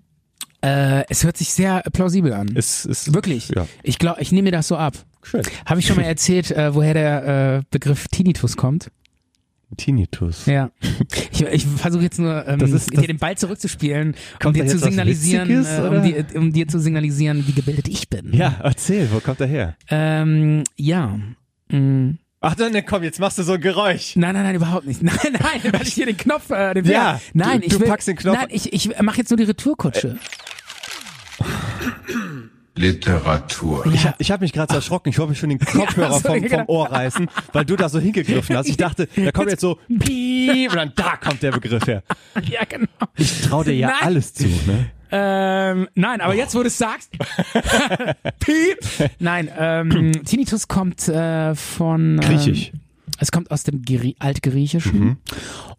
Speaker 3: Äh, es hört sich sehr plausibel an.
Speaker 4: es ist
Speaker 3: Wirklich.
Speaker 4: ja
Speaker 3: Ich glaube, ich nehme mir das so ab.
Speaker 4: schön
Speaker 3: Habe ich schon mal erzählt, äh, woher der äh, Begriff Tinnitus kommt?
Speaker 4: Tinnitus
Speaker 3: Ja. Ich, ich versuche jetzt nur, ähm,
Speaker 4: Das ist- das-
Speaker 3: dir den Ball zurückzuspielen, um
Speaker 4: Kommt da
Speaker 3: dir zu
Speaker 4: jetzt was
Speaker 3: signalisieren,
Speaker 4: Witziges,
Speaker 3: äh,
Speaker 4: oder?
Speaker 3: um, dir, um dir zu signalisieren, wie gebildet ich bin.
Speaker 4: ja erzähl wo kommt er her
Speaker 3: Ähm, ja. Mm.
Speaker 4: ach dann komm jetzt machst du so ein Geräusch
Speaker 3: Nein, nein, nein, überhaupt nicht. Nein, nein, weil ich hier den Knopf, äh, den
Speaker 4: Ja,
Speaker 3: Finger- nein,
Speaker 4: du-
Speaker 3: ich
Speaker 4: du
Speaker 3: will,
Speaker 4: packst den Knopf.
Speaker 3: Nein, ich, ich mache jetzt nur die Retourkutsche.
Speaker 1: Literatur.
Speaker 4: Ich, hab- ich habe mich gerade so erschrocken. Ich wollte mir schon den Kopfhörer
Speaker 3: Ja, so,
Speaker 4: vom, vom
Speaker 3: genau.
Speaker 4: Ohr reißen, weil du da so hingegriffen hast. Ich dachte, da kommt jetzt so piep und dann da kommt der Begriff her.
Speaker 3: Ja, genau.
Speaker 4: Ich trau dir ja
Speaker 3: Nein.
Speaker 4: alles zu. Ne?
Speaker 3: Ähm, nein, aber jetzt, wo du es sagst. Piep! Nein, ähm, Tinnitus kommt äh, von. Ähm,
Speaker 4: Griechisch.
Speaker 3: Es kommt aus dem Grie Altgriechischen.
Speaker 4: Mhm.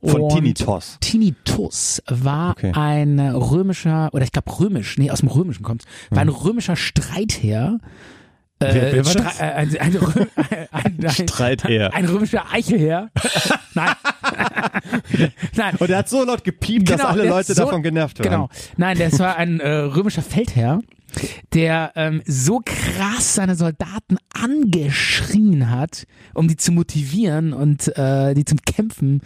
Speaker 4: Von
Speaker 3: Und
Speaker 4: Tinnitus.
Speaker 3: Tinnitus war
Speaker 4: Okay.
Speaker 3: ein römischer, oder ich glaube römisch, nee, aus dem Römischen kommt, war ein römischer Streitherr. Äh,
Speaker 4: Mhm. Wer- wer war
Speaker 3: Stre-
Speaker 4: das?
Speaker 3: äh, ein, ein, Rö- ein, ein, ein,
Speaker 4: Streitherr.
Speaker 3: Ein römischer Eichelherr. Nein. Nein.
Speaker 4: Und er hat so laut gepiept, dass
Speaker 3: Genau,
Speaker 4: alle
Speaker 3: der
Speaker 4: Leute
Speaker 3: so-
Speaker 4: davon genervt waren.
Speaker 3: Genau. Nein, das war ein äh, römischer Feldherr, der ähm, so krass seine Soldaten angeschrien hat, um die zu motivieren und äh, die zum Kämpfen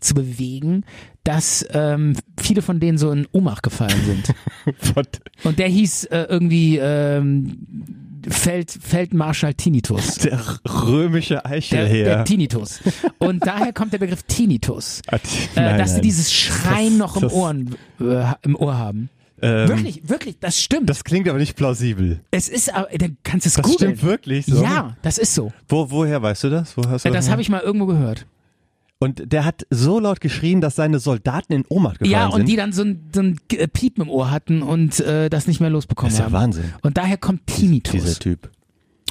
Speaker 3: zu bewegen, dass ähm, viele von denen so in Ohnmacht gefallen sind.
Speaker 4: Von-
Speaker 3: Und der hieß äh, irgendwie ähm, Feld, Feldmarschall Tinnitus.
Speaker 4: Der römische
Speaker 3: Der, der
Speaker 4: Eichelherr.
Speaker 3: Tinnitus. Und daher kommt der Begriff Tinnitus.
Speaker 4: Hat-
Speaker 3: Äh,
Speaker 4: nein,
Speaker 3: dass sie
Speaker 4: nein.
Speaker 3: dieses
Speaker 4: Das-
Speaker 3: Schreien noch im,
Speaker 4: das-
Speaker 3: Ohren, äh, im Ohr haben.
Speaker 4: Ähm,
Speaker 3: Wirklich, wirklich, das stimmt.
Speaker 4: Das klingt aber nicht plausibel.
Speaker 3: es ist, aber- dann kannst du es
Speaker 4: Das
Speaker 3: googeln.
Speaker 4: stimmt wirklich so.
Speaker 3: Ja, das ist so.
Speaker 4: Wo, woher weißt du das? Wo hast du
Speaker 3: Äh, Das habe ich mal irgendwo gehört.
Speaker 4: Und der hat so laut geschrien, dass seine Soldaten in Ohnmacht gefallen
Speaker 3: Ja, und
Speaker 4: sind.
Speaker 3: die dann so ein, so ein G- äh, Piepen im Ohr hatten und äh, das nicht mehr losbekommen
Speaker 4: Das ist ja
Speaker 3: haben.
Speaker 4: Wahnsinn.
Speaker 3: Und daher kommt Tinnitus.
Speaker 4: Dieser Typ.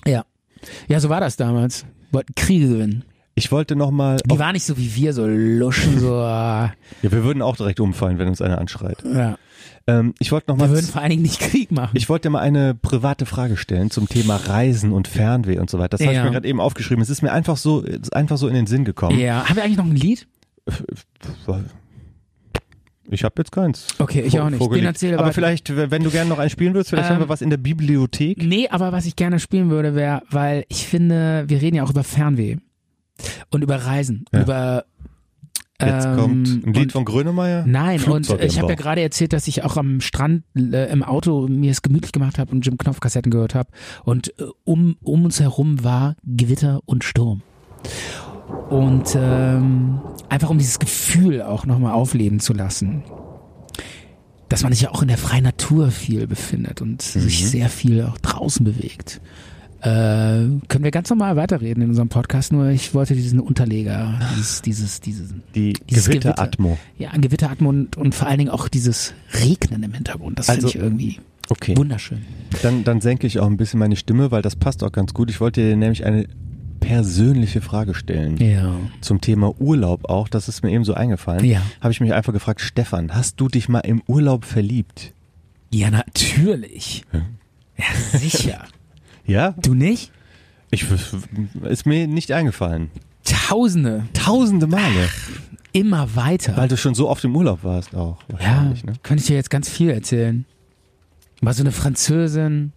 Speaker 3: ja. ja, so war das damals. Wollten Kriege gewinnen.
Speaker 4: Ich wollte nochmal
Speaker 3: Die waren nicht so wie wir, so luschen, so. äh,
Speaker 4: Ja, wir würden auch direkt umfallen, wenn uns einer anschreit.
Speaker 3: Ja.
Speaker 4: Ähm, ich wollte noch
Speaker 3: Wir
Speaker 4: mal,
Speaker 3: würden vor allen Dingen nicht Krieg machen.
Speaker 4: ich wollte dir mal eine private Frage stellen zum Thema Reisen und Fernweh und so weiter. Das habe ich
Speaker 3: Ja.
Speaker 4: mir gerade eben aufgeschrieben. Es ist mir einfach so, es ist einfach so in den Sinn gekommen.
Speaker 3: ja. Haben wir eigentlich noch ein Lied?
Speaker 4: Ich habe jetzt keins.
Speaker 3: Okay, ich
Speaker 4: vor-
Speaker 3: auch nicht.
Speaker 4: vorgelegt.
Speaker 3: Den erzähl
Speaker 4: aber
Speaker 3: aber-
Speaker 4: vielleicht, w- wenn du gerne noch eins spielen würdest, vielleicht
Speaker 3: Ähm,
Speaker 4: haben wir was in der Bibliothek.
Speaker 3: Nee, aber was ich gerne spielen würde, wäre, weil ich finde, wir reden ja auch über Fernweh und über Reisen,
Speaker 4: Ja.
Speaker 3: über
Speaker 4: Jetzt
Speaker 3: ähm,
Speaker 4: kommt ein Lied
Speaker 3: und,
Speaker 4: von Grönemeyer.
Speaker 3: Nein, und
Speaker 4: Flugzeug im
Speaker 3: ich habe ja
Speaker 4: Bauch.
Speaker 3: gerade erzählt, dass ich auch am Strand äh, im Auto mir es gemütlich gemacht habe und Jim Knopf Kassetten gehört habe und äh, um, um uns herum war Gewitter und Sturm. Und ähm, einfach um dieses Gefühl auch nochmal aufleben zu lassen dass man sich ja auch in der freien Natur viel befindet und
Speaker 4: Mhm.
Speaker 3: sich sehr viel auch draußen bewegt. Äh, können wir ganz normal weiterreden in unserem Podcast, nur ich wollte diesen Unterleger, dieses, dieses, dieses,
Speaker 4: Die
Speaker 3: dieses
Speaker 4: Gewitteratmo.
Speaker 3: Ja, Gewitteratmo und, und vor allen Dingen auch dieses Regnen im Hintergrund. Das
Speaker 4: Also-
Speaker 3: finde ich irgendwie
Speaker 4: Okay.
Speaker 3: wunderschön.
Speaker 4: Dann, dann senke ich auch ein bisschen meine Stimme, weil das passt auch ganz gut. Ich wollte dir nämlich eine persönliche Frage stellen.
Speaker 3: Ja.
Speaker 4: Zum Thema Urlaub auch, das ist mir eben so eingefallen.
Speaker 3: Ja.
Speaker 4: Habe ich mich einfach gefragt, Stefan, hast du dich mal im Urlaub verliebt?
Speaker 3: Ja, natürlich. Ja, sicher.
Speaker 4: Ja?
Speaker 3: du nicht?
Speaker 4: Ich, ist mir nicht eingefallen.
Speaker 3: Tausende.
Speaker 4: Tausende Male,
Speaker 3: Immer weiter.
Speaker 4: weil du schon so oft im Urlaub warst auch.
Speaker 3: Ja,
Speaker 4: wahrscheinlich, ne?
Speaker 3: könnte ich dir jetzt ganz viel erzählen. War so eine Französin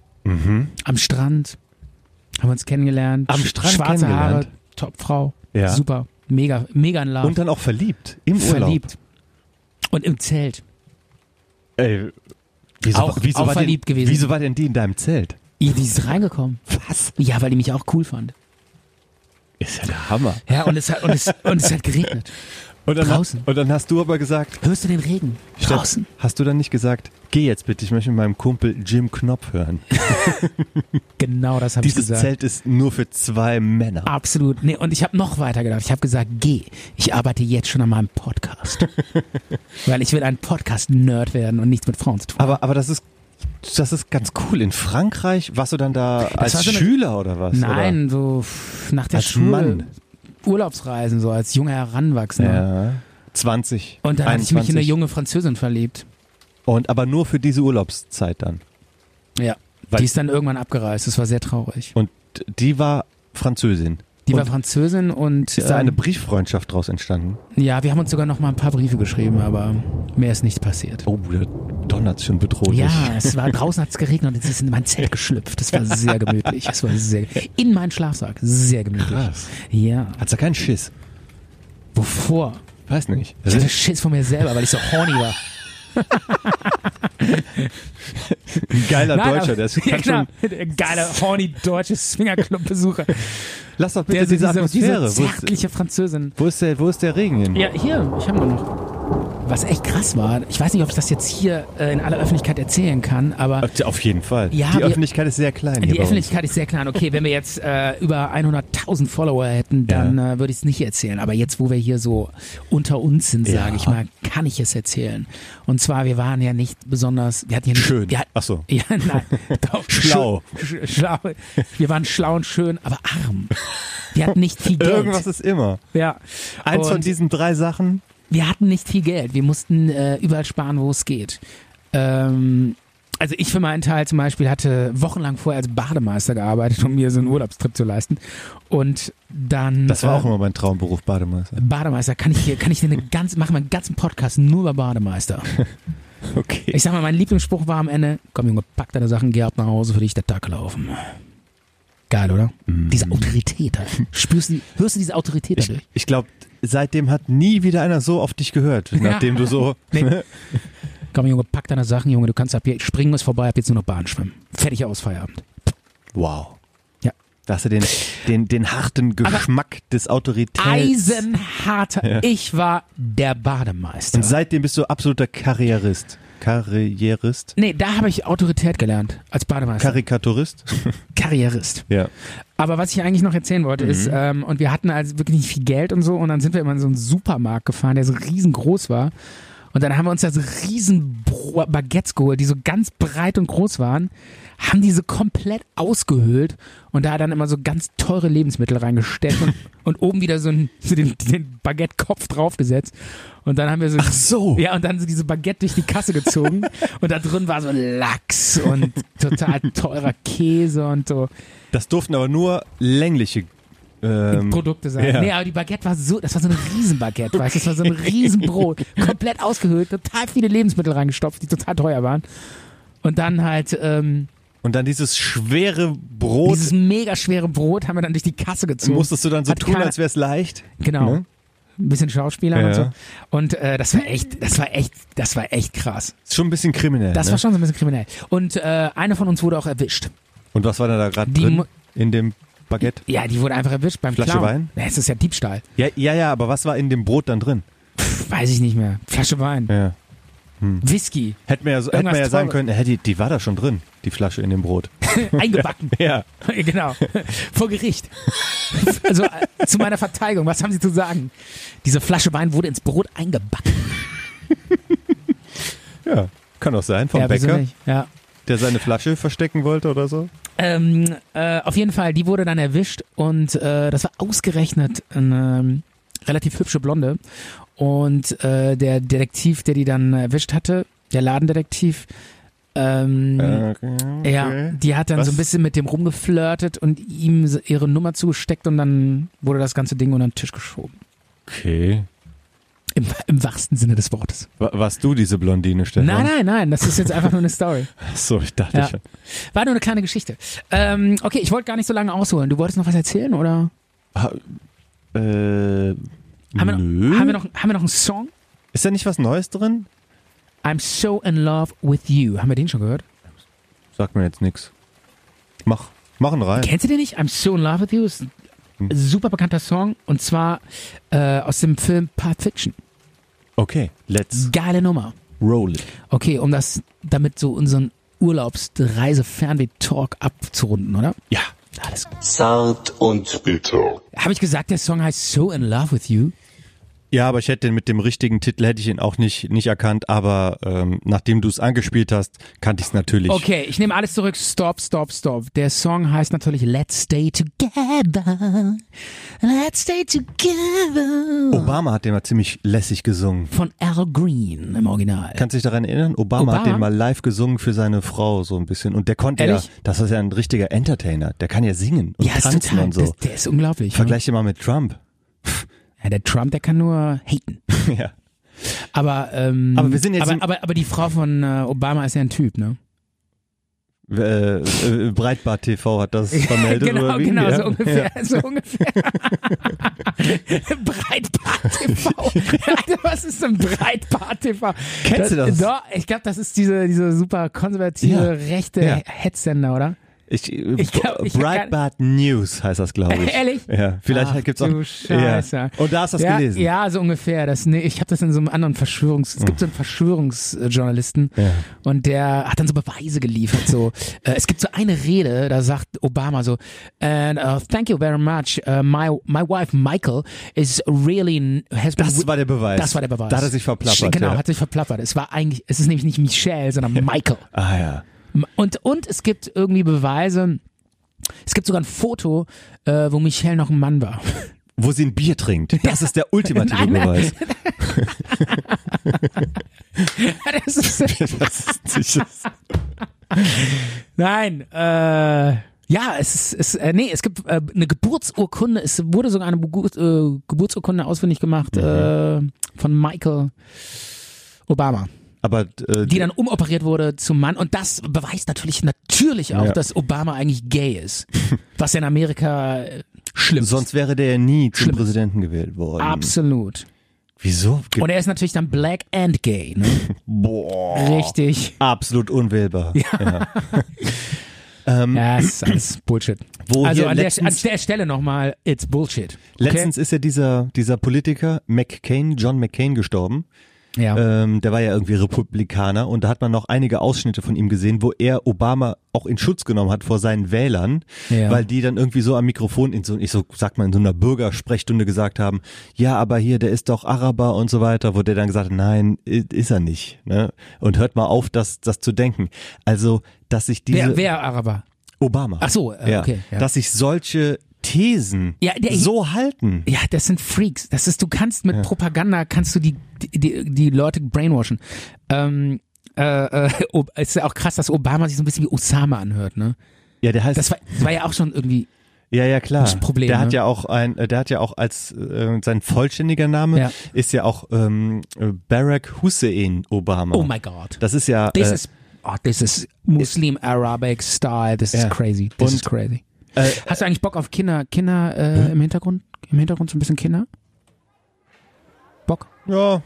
Speaker 3: am Strand, haben wir uns kennengelernt.
Speaker 4: Mhm. Am
Speaker 3: Sch-
Speaker 4: Strand
Speaker 3: Schwarze
Speaker 4: kennengelernt?
Speaker 3: Haare, Topfrau,
Speaker 4: Ja.
Speaker 3: super, mega, mega in Love,
Speaker 4: Und dann auch verliebt im Urlaub.
Speaker 3: verliebt. Und im Zelt.
Speaker 4: Ey, wieso,
Speaker 3: Auch- auch
Speaker 4: war
Speaker 3: verliebt
Speaker 4: denn,
Speaker 3: gewesen.
Speaker 4: Wieso war denn die in deinem Zelt?
Speaker 3: Ja, Die ist reingekommen.
Speaker 4: Was?
Speaker 3: Ja, weil die mich auch cool fand.
Speaker 4: Ist ja der Hammer.
Speaker 3: Ja, und es hat, und es, und es hat geregnet.
Speaker 4: Und dann,
Speaker 3: Draußen.
Speaker 4: Und dann hast du aber gesagt,
Speaker 3: Hörst du den Regen?
Speaker 4: Steff,
Speaker 3: Draußen.
Speaker 4: hast du dann nicht gesagt, geh jetzt bitte, ich möchte mit meinem Kumpel Jim Knopf hören.
Speaker 3: Genau das habe ich
Speaker 4: Dieses
Speaker 3: gesagt.
Speaker 4: Zelt ist nur für zwei Männer.
Speaker 3: Absolut. Nee, und ich habe noch weiter gedacht. Ich habe gesagt, geh. Ich arbeite jetzt schon an meinem Podcast. Weil ich will ein Podcast-Nerd werden und nichts mit Frauen zu tun.
Speaker 4: Aber, aber das ist, das ist ganz cool. In Frankreich warst du dann da als
Speaker 3: war so eine-
Speaker 4: Schüler oder was?
Speaker 3: Nein, so pff, nach der
Speaker 4: Als
Speaker 3: Schule.
Speaker 4: Mann.
Speaker 3: Urlaubsreisen, so als junger
Speaker 4: Oder?
Speaker 3: Heranwachsender.
Speaker 4: Ja. 20.
Speaker 3: Und
Speaker 4: 21.
Speaker 3: dann hatte ich mich in eine junge Französin verliebt.
Speaker 4: Und aber nur für diese Urlaubszeit dann.
Speaker 3: Ja.
Speaker 4: Weil-
Speaker 3: die ist dann irgendwann abgereist. Das war sehr traurig.
Speaker 4: Und die war Französin.
Speaker 3: Die war
Speaker 4: Und
Speaker 3: Französin und
Speaker 4: Ist da eine
Speaker 3: ähm,
Speaker 4: Brieffreundschaft draus entstanden?
Speaker 3: ja, wir haben uns sogar noch mal ein paar Briefe geschrieben, aber mehr ist nicht passiert.
Speaker 4: Oh, da donnert's schon bedrohlich.
Speaker 3: Ja, es war draußen hat's geregnet und sie ist in mein Zelt geschlüpft. Das war sehr gemütlich. Das war sehr in meinen Schlafsack. Sehr gemütlich.
Speaker 4: Krass.
Speaker 3: Ja.
Speaker 4: Hat's da keinen Schiss?
Speaker 3: Wovor?
Speaker 4: Weiß nicht.
Speaker 3: Ich hatte Schiss von mir selber, weil ich so horny war.
Speaker 4: ein geiler
Speaker 3: Nein, aber-
Speaker 4: Deutscher, der ist
Speaker 3: ja,
Speaker 4: kann
Speaker 3: genau.
Speaker 4: schon.
Speaker 3: Der geile horny deutsche Swingerclub-Besucher.
Speaker 4: Lass doch bitte
Speaker 3: Der so
Speaker 4: diese
Speaker 3: diese,
Speaker 4: Atmosphäre.
Speaker 3: diese
Speaker 4: wo, ist,
Speaker 3: zärtliche Französin.
Speaker 4: wo, ist der, wo ist der Regen hin?
Speaker 3: Ja, hier, ich habe noch. Was echt krass war, ich weiß nicht, ob ich das jetzt hier äh, in aller Öffentlichkeit erzählen kann, aber
Speaker 4: Auf jeden Fall.
Speaker 3: Ja,
Speaker 4: die
Speaker 3: wir-
Speaker 4: Öffentlichkeit ist sehr klein. hier
Speaker 3: die
Speaker 4: bei uns.
Speaker 3: Öffentlichkeit ist sehr klein. Okay, wenn wir jetzt äh, über 100.000 Follower hätten, dann äh, würde ich es nicht erzählen. Aber jetzt, wo wir hier so unter uns sind,
Speaker 4: Ja.
Speaker 3: sage ich mal, kann ich es erzählen. Und zwar, wir waren ja nicht besonders, wir hatten ja nicht,
Speaker 4: Schön.
Speaker 3: Wir, hat-
Speaker 4: Ach so.
Speaker 3: Ja, nein. Doch,
Speaker 4: Schlau.
Speaker 3: sch- sch- Schlau. Wir waren schlau und schön, aber arm. Wir hatten nicht viel Geld.
Speaker 4: Irgendwas ist immer.
Speaker 3: ja.
Speaker 4: Eins von
Speaker 3: Und-
Speaker 4: diesen drei Sachen.
Speaker 3: wir hatten nicht viel Geld. Wir mussten äh, überall sparen, wo es geht. Ähm, also ich für meinen Teil zum Beispiel hatte wochenlang vorher als Bademeister gearbeitet, um mir so einen Urlaubstrip zu leisten. Und dann
Speaker 4: Das war
Speaker 3: äh,
Speaker 4: auch immer mein Traumberuf, Bademeister.
Speaker 3: Bademeister. Kann ich hier, kann ich dir eine ganz, machen wir einen ganzen Podcast nur über Bademeister.
Speaker 4: Okay.
Speaker 3: Ich sag mal, mein Lieblingsspruch war am Ende: Komm Junge, pack deine Sachen, geh ab nach Hause, für dich der Tag gelaufen. Geil, oder? Diese Autorität. Alter. Spürst du, die- hörst du diese Autorität
Speaker 4: Mhm. Ich,
Speaker 3: dadurch?
Speaker 4: ich glaube, seitdem hat nie wieder einer so auf dich gehört, nachdem du so.
Speaker 3: Nee. Komm, Junge, pack deine Sachen, Junge, du kannst ab hier, springen ist vorbei, ab jetzt nur noch Bahn schwimmen. Fertig aus, Feierabend.
Speaker 4: Wow.
Speaker 3: Ja.
Speaker 4: Da hast du den, den, den harten Geschmack des Autoritäts.
Speaker 3: Eisenharter,
Speaker 4: Ja.
Speaker 3: ich war der
Speaker 4: Und
Speaker 3: Bademeister.
Speaker 4: seitdem bist du absoluter Karrierist. Karrierist?
Speaker 3: Nee, da habe ich Autorität gelernt, als Bademeister.
Speaker 4: Karikaturist?
Speaker 3: Karrierist.
Speaker 4: Ja.
Speaker 3: Aber was ich eigentlich noch erzählen wollte
Speaker 4: Mhm.
Speaker 3: ist, ähm, und wir hatten also wirklich nicht viel Geld und so, und dann sind wir immer in so einen Supermarkt gefahren, der so riesengroß war. Und dann haben wir uns da so riesen Bro- Baguettes geholt, die so ganz breit und groß waren, haben diese komplett ausgehöhlt und da dann immer so ganz teure Lebensmittel reingestellt und, und oben wieder so, einen, so den, den Baguette-Kopf draufgesetzt. Und dann haben wir so,
Speaker 4: Ach so.
Speaker 3: ja, und dann so diese Baguette durch die Kasse gezogen und da drin war so Lachs und total teurer Käse und so.
Speaker 4: Das durften aber nur längliche ähm,
Speaker 3: Produkte sein.
Speaker 4: ja.
Speaker 3: Nee, aber die Baguette war so, das war so eine Riesenbaguette, weißt du, das war so ein Riesenbrot, komplett ausgehöhlt, total viele Lebensmittel reingestopft, die total teuer waren. Und dann halt ähm,
Speaker 4: Und dann dieses schwere Brot
Speaker 3: dieses mega schwere Brot haben wir dann durch die Kasse gezogen.
Speaker 4: musstest du dann so
Speaker 3: Hat
Speaker 4: tun,
Speaker 3: keiner-
Speaker 4: als wäre es leicht.
Speaker 3: Genau.
Speaker 4: Ne?
Speaker 3: Ein bisschen Schauspieler
Speaker 4: Ja.
Speaker 3: und so. Und äh, das war echt, das war echt, das war echt krass.
Speaker 4: Ist schon ein bisschen kriminell.
Speaker 3: Das
Speaker 4: ne?
Speaker 3: war schon so ein bisschen kriminell. Und äh, eine von uns wurde auch erwischt.
Speaker 4: Und was war denn da gerade
Speaker 3: Die
Speaker 4: drin
Speaker 3: Mu-
Speaker 4: in dem Baguette?
Speaker 3: Ja, die wurde einfach erwischt beim
Speaker 4: Flasche
Speaker 3: Clown.
Speaker 4: Wein?
Speaker 3: Na, es ist ja Diebstahl.
Speaker 4: Ja, ja, ja, aber was war in dem Brot dann drin?
Speaker 3: Pff, weiß ich nicht mehr. Flasche Wein.
Speaker 4: Ja. Hm.
Speaker 3: Whisky.
Speaker 4: Hätten wir ja, so- hätten wir ja
Speaker 3: Irgendwas
Speaker 4: sagen
Speaker 3: Teures.
Speaker 4: können, hä, die, die war da schon drin, die Flasche in dem Brot.
Speaker 3: Eingebacken.
Speaker 4: Ja.
Speaker 3: genau. Vor Gericht. Also äh, zu meiner Verteidigung, was haben Sie zu sagen? Diese Flasche Wein wurde ins Brot eingebacken.
Speaker 4: Ja. Kann doch sein, vom
Speaker 3: ja, wieso
Speaker 4: Bäcker,
Speaker 3: nicht? Ja.
Speaker 4: der seine Flasche verstecken wollte oder so.
Speaker 3: Ähm, äh, auf jeden Fall, die wurde dann erwischt und äh, das war ausgerechnet eine ähm, relativ hübsche Blonde. Und äh, der Detektiv, der die dann erwischt hatte, der Ladendetektiv, ähm,
Speaker 4: Äh, Mhm. okay.
Speaker 3: ja, die hat dann
Speaker 4: Was?
Speaker 3: so ein bisschen mit dem rumgeflirtet und ihm s- ihre Nummer zugesteckt und dann wurde das ganze Ding unter den Tisch geschoben.
Speaker 4: Okay.
Speaker 3: Im, im wahrsten Sinne des Wortes.
Speaker 4: Wa- Warst du diese Blondine, Stefan?
Speaker 3: Nein, nein, nein, das ist jetzt einfach nur eine Story.
Speaker 4: Ach So, ich dachte
Speaker 3: Ja.
Speaker 4: schon.
Speaker 3: War nur eine kleine Geschichte. Ähm, okay, ich wollte gar nicht so lange ausholen. Du wolltest noch was erzählen, oder?
Speaker 4: Äh,
Speaker 3: Haben wir,
Speaker 4: nö.
Speaker 3: noch, haben, wir noch, haben wir noch einen Song?
Speaker 4: Ist da nicht was Neues drin?
Speaker 3: I'm so in love with you. Haben wir den schon gehört?
Speaker 4: Sag mir jetzt nix. Mach, mach einen rein.
Speaker 3: Kennst du den nicht? I'm so in love with you ist ein super bekannter Song und zwar äh, aus dem Film Pulp Fiction.
Speaker 4: Okay, let's
Speaker 3: Geile Nummer.
Speaker 4: roll it.
Speaker 3: Okay, um das damit so unseren Urlaubsreise-Fernweh-Talk abzurunden, oder?
Speaker 4: Ja.
Speaker 3: Alles.
Speaker 5: Zart und bitter.
Speaker 3: Habe ich gesagt, der Song heißt So in Love with You?
Speaker 4: Ja, aber ich hätte den mit dem richtigen Titel hätte ich ihn auch nicht, nicht erkannt, aber ähm, nachdem du es angespielt hast, kannte ich es natürlich.
Speaker 3: Okay, ich nehme alles zurück. Stop, stop, stop. Der Song heißt natürlich Let's Stay Together. Let's Stay Together.
Speaker 4: Obama hat den mal ziemlich lässig gesungen.
Speaker 3: Von Al Green im Original.
Speaker 4: Kannst du dich daran erinnern? Obama, hat
Speaker 3: Obama?
Speaker 4: den mal live gesungen für seine Frau so ein bisschen. Und der konnte
Speaker 3: Ehrlich?
Speaker 4: ja, das ist ja ein richtiger Entertainer. Der kann ja singen und tanzen und so.
Speaker 3: Das, der ist unglaublich.
Speaker 4: Vergleich den mal mit Trump.
Speaker 3: ne? Ja, der Trump, der kann nur haten.
Speaker 4: ja.
Speaker 3: Aber, ähm,
Speaker 4: Aber wir sind jetzt im-
Speaker 3: aber, aber, aber die Frau von äh, Obama ist ja ein Typ, ne?
Speaker 4: Äh, äh, Breitbart TV hat das vermeldet.
Speaker 3: genau,
Speaker 4: oder wie?
Speaker 3: genau,
Speaker 4: ja.
Speaker 3: so ungefähr. So ungefähr. Breitbart TV. Alter, was ist denn Breitbart TV?
Speaker 4: Kennst du das?
Speaker 3: Doch, ich glaube, das ist diese, diese super konservative,
Speaker 4: Ja.
Speaker 3: rechte
Speaker 4: Ja.
Speaker 3: Headsender, oder?
Speaker 4: Ich, äh,
Speaker 3: Ich glaub, ich hab
Speaker 4: Breitbart News heißt das, glaube ich.
Speaker 3: Ehrlich?
Speaker 4: Ja, vielleicht
Speaker 3: Ach,
Speaker 4: gibt's auch.
Speaker 3: du Scheiße.
Speaker 4: Ja. Und da hast du das
Speaker 3: ja,
Speaker 4: gelesen.
Speaker 3: Ja, so ungefähr. Das, nee, ich habe das in so einem anderen Verschwörungs... Es gibt so einen Verschwörungsjournalisten
Speaker 4: Oh. Ja.
Speaker 3: und der hat dann so Beweise geliefert. So, äh, es gibt so eine Rede, da sagt Obama so, and uh, thank you very much, uh, my, my wife Michael is really... Has been
Speaker 4: Das
Speaker 3: wi-
Speaker 4: war der Beweis.
Speaker 3: Das war der Beweis.
Speaker 4: Da hat er sich verplappert.
Speaker 3: Genau,
Speaker 4: ja.
Speaker 3: hat sich verplappert. Es war eigentlich, es ist nämlich nicht Michelle, sondern Michael.
Speaker 4: Ah ja.
Speaker 3: Und, und es gibt irgendwie Beweise, es gibt sogar ein Foto, äh, wo Michelle noch ein Mann war.
Speaker 4: Wo sie ein Bier trinkt. Das ist der ultimative
Speaker 3: Nein, nein.
Speaker 4: Beweis.
Speaker 3: Das ist,
Speaker 4: Das ist, das ist,
Speaker 3: nein, äh, ja, es ist, es, äh, nee, es gibt äh, eine Geburtsurkunde, es wurde sogar eine Begu äh, Geburtsurkunde ausfindig
Speaker 4: Mhm.
Speaker 3: gemacht äh, von Michael Obama,
Speaker 4: aber äh,
Speaker 3: die dann umoperiert wurde zum Mann und das beweist natürlich natürlich auch,
Speaker 4: Ja.
Speaker 3: dass Obama eigentlich gay ist, was in Amerika äh, schlimm ist.
Speaker 4: sonst wäre der ja nie zum
Speaker 3: Schlimm.
Speaker 4: Präsidenten gewählt worden.
Speaker 3: Absolut.
Speaker 4: Wieso? Ge-
Speaker 3: Und er ist natürlich dann black and gay, ne?
Speaker 4: Boah.
Speaker 3: Richtig.
Speaker 4: Absolut unwählbar.
Speaker 3: Ja, ist alles Bullshit.
Speaker 4: Ähm. Wo
Speaker 3: also
Speaker 4: hier
Speaker 3: an der, an
Speaker 4: letztens-
Speaker 3: der Stelle nochmal, it's Bullshit. Okay?
Speaker 4: Letztens ist ja dieser, dieser Politiker McCain, John McCain, gestorben.
Speaker 3: ja.
Speaker 4: Ähm, der war ja irgendwie Republikaner und da hat man noch einige Ausschnitte von ihm gesehen, wo er Obama auch in Schutz genommen hat vor seinen Wählern,
Speaker 3: Ja.
Speaker 4: weil die dann irgendwie so am Mikrofon in so, ich so, sag mal, in so einer Bürgersprechstunde gesagt haben, ja, aber hier, der ist doch Araber und so weiter, wo der dann gesagt hat, nein, i- ist er nicht, ne? Und hört mal auf, das, das zu denken. Also, dass sich diese,
Speaker 3: wer, wer Araber?
Speaker 4: Obama.
Speaker 3: Ach so, äh,
Speaker 4: ja,
Speaker 3: okay, ja.
Speaker 4: Dass sich solche Thesen
Speaker 3: Ja, der-
Speaker 4: so halten.
Speaker 3: Ja, das sind Freaks. Das ist, du kannst mit Propaganda, kannst du die, die, die, die Leute brainwashen. Ähm, äh, äh, Ob- es ist ja auch krass, dass Obama sich so ein bisschen wie Osama anhört, ne?
Speaker 4: Ja, der heißt,
Speaker 3: Das war, war ja auch schon irgendwie
Speaker 4: Ja, ja, klar.
Speaker 3: Das ist ein Problem,
Speaker 4: der
Speaker 3: ne?
Speaker 4: hat ja auch ein, äh, der hat ja auch als äh, sein vollständiger Name
Speaker 3: Ja.
Speaker 4: ist ja auch ähm, äh, Barack Hussein Obama.
Speaker 3: Oh my God.
Speaker 4: Das ist ja
Speaker 3: This
Speaker 4: äh,
Speaker 3: is oh, this is Muslim Arabic style. This
Speaker 4: Ja.
Speaker 3: is crazy. This
Speaker 4: Und-
Speaker 3: is crazy.
Speaker 4: äh, Hm?
Speaker 3: Hast du eigentlich Bock auf Kinder, Kinder äh, im Hintergrund? Im Hintergrund so ein bisschen Kinder? Bock?
Speaker 4: ja,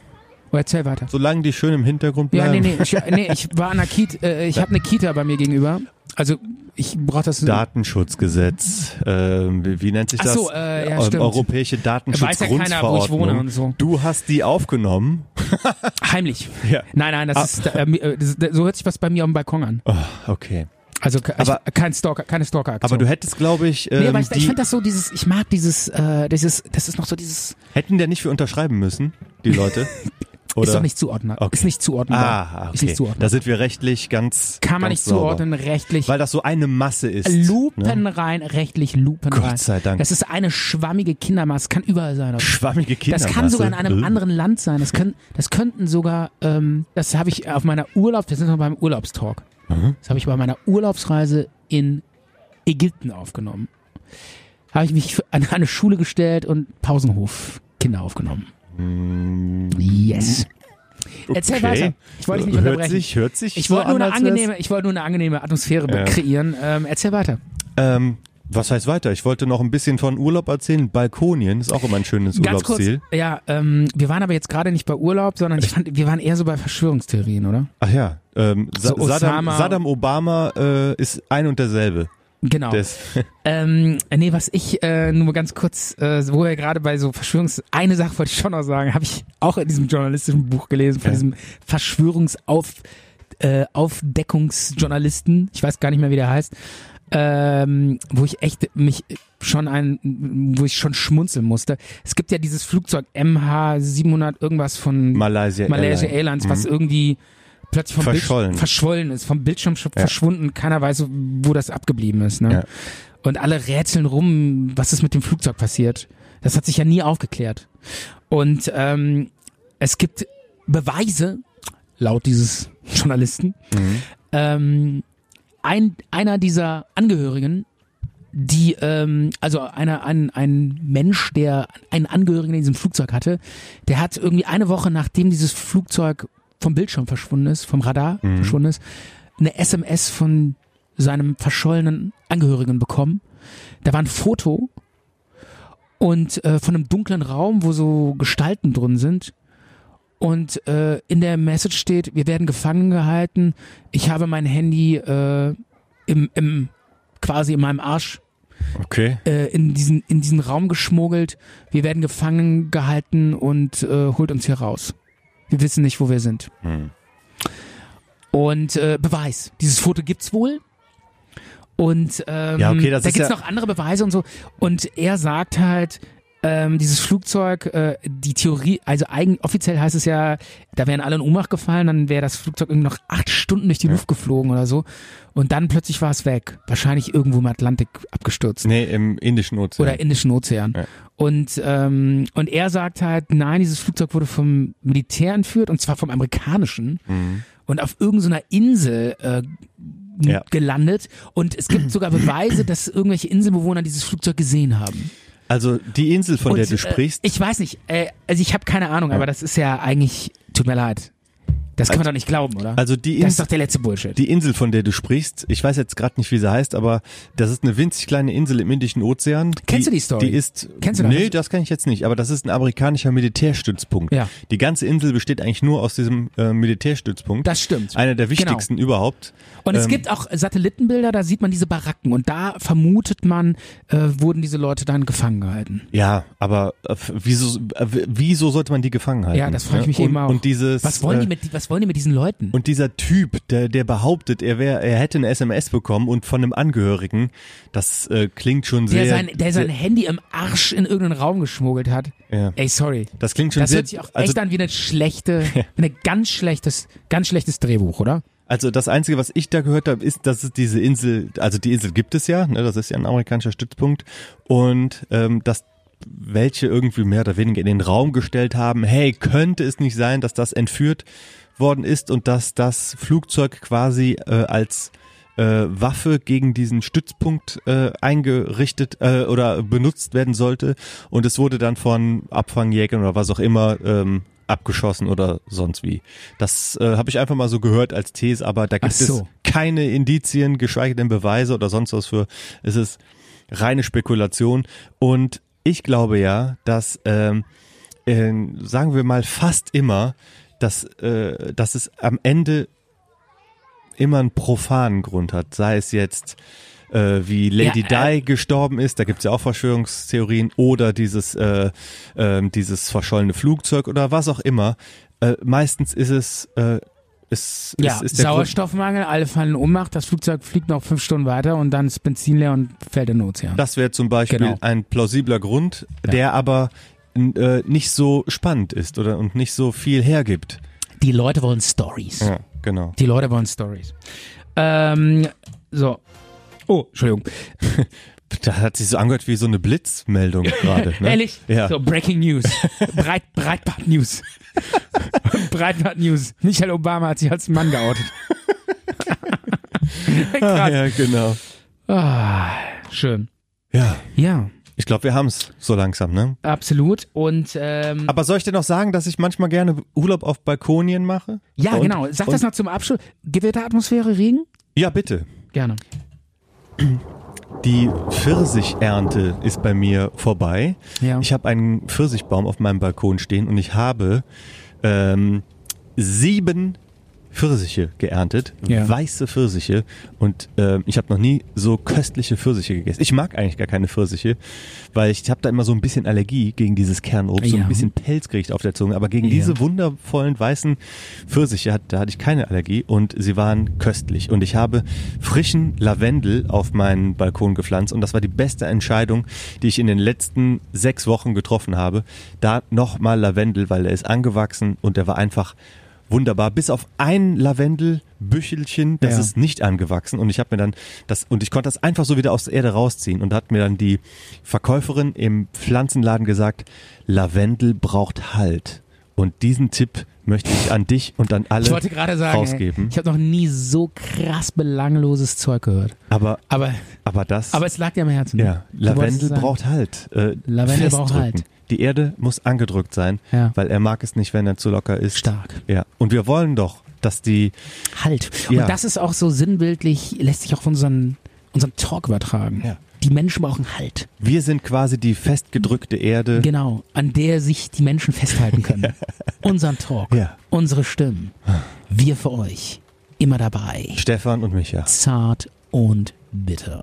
Speaker 3: Oh, erzähl weiter.
Speaker 4: solange die schön im Hintergrund
Speaker 3: Ja,
Speaker 4: bleiben.
Speaker 3: nee, nee, ich, nee, ich war an der Kita, äh, ich habe eine Kita bei mir gegenüber. Also ich brauche das
Speaker 4: Datenschutzgesetz, ähm, wie, wie nennt sich
Speaker 3: Ach
Speaker 4: das?
Speaker 3: so, äh, ja,
Speaker 4: Eu-
Speaker 3: stimmt.
Speaker 4: Europäische Datenschutzgrundverordnung.
Speaker 3: wo ich wohne und so.
Speaker 4: Du hast die aufgenommen.
Speaker 3: heimlich.
Speaker 4: Ja.
Speaker 3: Nein, nein, das
Speaker 4: Ah.
Speaker 3: ist äh, mir- äh, das, das- so hört sich was bei mir am Balkon an.
Speaker 4: Oh, okay.
Speaker 3: Also ke- ich,
Speaker 4: Aber-
Speaker 3: kein Stalker, keine Stalker
Speaker 4: Aber
Speaker 3: Aktion.
Speaker 4: du hättest, glaube ich, ähm,
Speaker 3: Nee, aber ich,
Speaker 4: die,
Speaker 3: ich finde das so dieses, ich mag dieses, äh, dieses, das ist noch so dieses,
Speaker 4: hätten der nicht für unterschreiben müssen, die Leute. Oder?
Speaker 3: ist doch nicht zuordnenbar.
Speaker 4: Okay.
Speaker 3: Ist nicht zuordnenbar.
Speaker 4: Ah, okay.
Speaker 3: Ist nicht
Speaker 4: Da
Speaker 3: zuordnenbar.
Speaker 4: sind wir rechtlich ganz.
Speaker 3: Kann
Speaker 4: ganz
Speaker 3: man nicht
Speaker 4: sauber.
Speaker 3: zuordnen, rechtlich.
Speaker 4: Weil das so eine Masse ist.
Speaker 3: Lupen
Speaker 4: Ne?
Speaker 3: rein, rechtlich Lupen rein.
Speaker 4: Gott sei Dank.
Speaker 3: Das ist eine schwammige Kindermaß, kann überall sein.
Speaker 4: Schwammige Kinder. Äh,
Speaker 3: Das kann sogar in einem anderen Land sein. Das, können, das könnten sogar, ähm, das habe ich auf meiner Urlaub, das sind wir beim Urlaubstalk.
Speaker 4: Mhm.
Speaker 3: Das habe ich bei meiner Urlaubsreise in Ägypten aufgenommen. Habe ich mich für- an eine Schule gestellt und Pausenhof Kinder aufgenommen.
Speaker 4: Mm.
Speaker 3: Yes. Erzähl weiter. Ich wollte dich nicht
Speaker 4: hört
Speaker 3: unterbrechen.
Speaker 4: sich, hört sich
Speaker 3: Ich
Speaker 4: so
Speaker 3: wollte nur,
Speaker 4: an,
Speaker 3: eine
Speaker 4: als wär's-
Speaker 3: angenehme, ich wollte nur eine angenehme Atmosphäre
Speaker 4: Ja.
Speaker 3: kreieren. Ähm, erzähl weiter.
Speaker 4: Ähm, was heißt weiter? Ich wollte noch ein bisschen von Urlaub erzählen. Balkonien ist auch immer ein schönes
Speaker 3: Ganz kurz.
Speaker 4: Urlaubsziel.
Speaker 3: Ja, ähm, wir waren aber jetzt gerade nicht bei Urlaub, sondern ich fand, wir waren eher so bei Verschwörungstheorien, oder?
Speaker 4: Ach ja. Ähm, Sa
Speaker 3: So
Speaker 4: Saddam,
Speaker 3: Osama-
Speaker 4: Saddam Obama äh, ist ein und derselbe.
Speaker 3: Genau.
Speaker 4: Des,
Speaker 3: Ähm, nee, was ich äh, nur ganz kurz, äh, wo wir gerade bei so Verschwörungs... Eine Sache wollte ich schon noch sagen, habe ich auch in diesem journalistischen Buch gelesen, von
Speaker 4: Ja.
Speaker 3: diesem Verschwörungsauf... Äh, Aufdeckungsjournalisten, ich weiß gar nicht mehr, wie der heißt, ähm, wo ich echt mich schon ein, wo ich schon schmunzeln musste. Es gibt ja dieses Flugzeug MH700 irgendwas von
Speaker 4: Malaysia
Speaker 3: Malaysia
Speaker 4: Airlines.
Speaker 3: Airlines, was irgendwie plötzlich vom
Speaker 4: Mhm. Verschollen.
Speaker 3: Bildschirm verschwollen ist, vom Bildschirm sch- verschwunden, keiner weiß, wo das abgeblieben ist. Ne?
Speaker 4: Ja.
Speaker 3: Und alle rätseln rum, was ist mit dem Flugzeug passiert. Das hat sich ja nie aufgeklärt. Und ähm, es gibt Beweise, laut dieses Journalisten,
Speaker 4: Mhm.
Speaker 3: ähm, ein, einer dieser Angehörigen, die, ähm, also einer, ein, ein Mensch, der einen Angehörigen in diesem Flugzeug hatte, der hat irgendwie eine Woche, nachdem dieses Flugzeug vom Bildschirm verschwunden ist, vom Radar verschwunden ist, eine SMS von seinem verschollenen Angehörigen bekommen. Da war ein Foto und äh, von einem dunklen Raum, wo so Gestalten drin sind. Und äh, in der Message steht, wir werden gefangen gehalten. Ich habe mein Handy äh, im, im quasi in meinem Arsch
Speaker 4: Okay.
Speaker 3: äh, in diesen in diesen Raum geschmuggelt. Wir werden gefangen gehalten und äh, holt uns hier raus. Wir wissen nicht, wo wir sind.
Speaker 4: Hm.
Speaker 3: Und äh, Beweis, dieses Foto gibt's wohl. Und ähm,
Speaker 4: Ja, okay, das
Speaker 3: da
Speaker 4: ist
Speaker 3: gibt's
Speaker 4: ja-
Speaker 3: noch andere Beweise und so. Und er sagt halt, ähm, dieses Flugzeug, äh, die Theorie, also eigen, offiziell heißt es ja, da wären alle in Ohnmacht gefallen, dann wäre das Flugzeug irgendwie noch acht Stunden durch die Luft geflogen oder so. Und dann plötzlich war es weg. Wahrscheinlich irgendwo im Atlantik abgestürzt.
Speaker 4: Nee, im Indischen Ozean.
Speaker 3: Oder Indischen Ozean.
Speaker 4: Ja.
Speaker 3: Und, ähm, und er sagt halt, nein, dieses Flugzeug wurde vom Militär entführt und zwar vom amerikanischen
Speaker 4: Mhm.
Speaker 3: und auf irgendeiner Insel äh,
Speaker 4: Ja.
Speaker 3: gelandet. Und es gibt sogar Beweise, dass irgendwelche Inselbewohner dieses Flugzeug gesehen haben.
Speaker 4: also die Insel, von
Speaker 3: und,
Speaker 4: der du
Speaker 3: äh,
Speaker 4: sprichst,
Speaker 3: Ich weiß nicht, äh, also ich habe keine Ahnung, aber das ist ja eigentlich, tut mir leid. Das kann man doch nicht glauben, oder?
Speaker 4: also die
Speaker 3: das ist
Speaker 4: Insel,
Speaker 3: doch der letzte Bullshit.
Speaker 4: Die Insel, von der du sprichst, ich weiß jetzt gerade nicht, wie sie heißt, aber das ist eine winzig kleine Insel im Indischen Ozean.
Speaker 3: Kennst du die Story?
Speaker 4: Die ist.
Speaker 3: Kennst du das?
Speaker 4: nee, das kann ich jetzt nicht, aber das ist ein amerikanischer Militärstützpunkt.
Speaker 3: Ja.
Speaker 4: Die ganze Insel besteht eigentlich nur aus diesem äh, Militärstützpunkt.
Speaker 3: Das stimmt.
Speaker 4: Einer der
Speaker 3: Genau.
Speaker 4: wichtigsten überhaupt.
Speaker 3: Und es
Speaker 4: Ähm,
Speaker 3: gibt auch Satellitenbilder, da sieht man diese Baracken und da vermutet man, äh, wurden diese Leute dann gefangen gehalten.
Speaker 4: Ja, aber äh, wieso, äh, wieso sollte man die gefangen halten?
Speaker 3: Ja, das frage ich
Speaker 4: ne?
Speaker 3: mich
Speaker 4: und,
Speaker 3: eben auch.
Speaker 4: Und dieses.
Speaker 3: Was wollen
Speaker 4: äh,
Speaker 3: die mit, was wollen die mit diesen Leuten?
Speaker 4: Und dieser Typ, der, der behauptet, er, wär, er hätte eine SMS bekommen und von einem Angehörigen, das äh, klingt schon
Speaker 3: der
Speaker 4: sehr.
Speaker 3: sein, der sein Handy im Arsch in irgendeinen Raum geschmuggelt hat.
Speaker 4: Ja.
Speaker 3: Ey, sorry.
Speaker 4: das klingt schon
Speaker 3: Das
Speaker 4: sehr.
Speaker 3: hört sich auch
Speaker 4: also,
Speaker 3: echt an wie eine schlechte, wie eine ganz schlechtes, ganz schlechtes Drehbuch, oder?
Speaker 4: Also das Einzige, was ich da gehört habe, ist, dass es diese Insel, also die Insel gibt es ja, ne, das ist ja ein amerikanischer Stützpunkt und ähm, dass welche irgendwie mehr oder weniger in den Raum gestellt haben, hey, könnte es nicht sein, dass das entführt worden ist und dass das Flugzeug quasi äh, als äh, Waffe gegen diesen Stützpunkt äh, eingerichtet äh, oder benutzt werden sollte. Und es wurde dann von Abfangjägern oder was auch immer ähm, abgeschossen oder sonst wie. Das äh, habe ich einfach mal so gehört als These, aber da gibt
Speaker 3: Ach so.
Speaker 4: es keine Indizien, geschweige denn Beweise oder sonst was für. Es ist reine Spekulation. Und ich glaube ja, dass, ähm, äh, sagen wir mal, fast immer, dass, äh, dass es am Ende immer einen profanen Grund hat. Sei es jetzt äh, wie Lady
Speaker 3: Ja,
Speaker 4: Di gestorben ist, da gibt's ja auch Verschwörungstheorien, oder dieses, äh, ähm, dieses verschollene Flugzeug oder was auch immer. Äh, meistens ist es, äh, ist,
Speaker 3: Ja,
Speaker 4: ist, ist der Grund,
Speaker 3: Sauerstoffmangel, alle fallen um, macht, das Flugzeug fliegt noch fünf Stunden weiter und dann ist Benzin leer und fällt in den Ozean.
Speaker 4: Das wäre zum Beispiel
Speaker 3: Genau.
Speaker 4: ein plausibler Grund, der aber n- äh, nicht so spannend ist oder und nicht so viel hergibt.
Speaker 3: Die Leute wollen Stories.
Speaker 4: Ja, genau.
Speaker 3: Die Leute wollen Stories. Ähm, so. Oh, Entschuldigung.
Speaker 4: Da hat sich so angehört wie so eine Blitzmeldung gerade. Ne?
Speaker 3: Ehrlich?
Speaker 4: Ja.
Speaker 3: So, Breaking News. Breit, Breitbart News. Breitbart News. Michael Obama hat sich als Mann geoutet.
Speaker 4: ah,
Speaker 3: Krass. Ah,
Speaker 4: ja, genau.
Speaker 3: Schön.
Speaker 4: Ja,
Speaker 3: Ja,
Speaker 4: ich glaube, wir haben's so langsam, ne?
Speaker 3: absolut. Und ähm,
Speaker 4: Aber soll ich dir noch sagen, dass ich manchmal gerne Urlaub auf Balkonien mache?
Speaker 3: ja,
Speaker 4: Und-
Speaker 3: genau. Sag das
Speaker 4: und-
Speaker 3: noch zum Abschluss. Gewitteratmosphäre, Regen?
Speaker 4: Ja, bitte.
Speaker 3: Gerne.
Speaker 4: Die Pfirsichernte ist bei mir vorbei.
Speaker 3: Ja.
Speaker 4: Ich habe einen Pfirsichbaum auf meinem Balkon stehen und ich habe ähm, sieben Pfirsiche geerntet,
Speaker 3: Ja.
Speaker 4: weiße Pfirsiche und ähm, ich habe noch nie so köstliche Pfirsiche gegessen. Ich mag eigentlich gar keine Pfirsiche, weil ich habe da immer so ein bisschen Allergie gegen dieses Kernobst, so
Speaker 3: Ja.
Speaker 4: ein bisschen Pelz kriege ich auf der Zunge, aber gegen
Speaker 3: Ja.
Speaker 4: diese wundervollen weißen Pfirsiche hat, da hatte ich keine Allergie und sie waren köstlich und ich habe frischen Lavendel auf meinen Balkon gepflanzt und das war die beste Entscheidung, die ich in den letzten sechs Wochen getroffen habe. Da nochmal Lavendel, weil er ist angewachsen und der war einfach wunderbar, bis auf ein Lavendelbüchelchen, das
Speaker 3: Ja.
Speaker 4: ist nicht angewachsen und ich habe mir dann das und ich konnte das einfach so wieder aus der Erde rausziehen und hat mir dann die Verkäuferin im Pflanzenladen gesagt, Lavendel braucht Halt und diesen Tipp möchte ich an dich und an alle
Speaker 3: Ich wollte gerade sagen,
Speaker 4: rausgeben.
Speaker 3: Ey, ich habe noch nie so krass belangloses Zeug gehört.
Speaker 4: aber
Speaker 3: Aber,
Speaker 4: aber das
Speaker 3: aber es lag dir am Herzen.
Speaker 4: ja,
Speaker 3: Du wolltest
Speaker 4: Lavendel
Speaker 3: es sagen.
Speaker 4: braucht Halt. Äh,
Speaker 3: Lavendel
Speaker 4: festdrücken.
Speaker 3: braucht Halt.
Speaker 4: Die Erde muss angedrückt sein,
Speaker 3: Ja.
Speaker 4: weil er mag es nicht, wenn er zu locker ist.
Speaker 3: Stark.
Speaker 4: Ja, und wir wollen doch, dass die
Speaker 3: Halt.
Speaker 4: Ja.
Speaker 3: Und das ist auch so sinnbildlich, lässt sich auch auf unseren, unseren Talk übertragen.
Speaker 4: Ja.
Speaker 3: Die Menschen brauchen Halt.
Speaker 4: wir sind quasi die festgedrückte Erde.
Speaker 3: Genau, an der sich die Menschen festhalten können. Unseren Talk,
Speaker 4: Ja.
Speaker 3: unsere Stimmen. Wir für euch. Immer dabei.
Speaker 4: Stefan und Micha.
Speaker 3: Zart und bitter.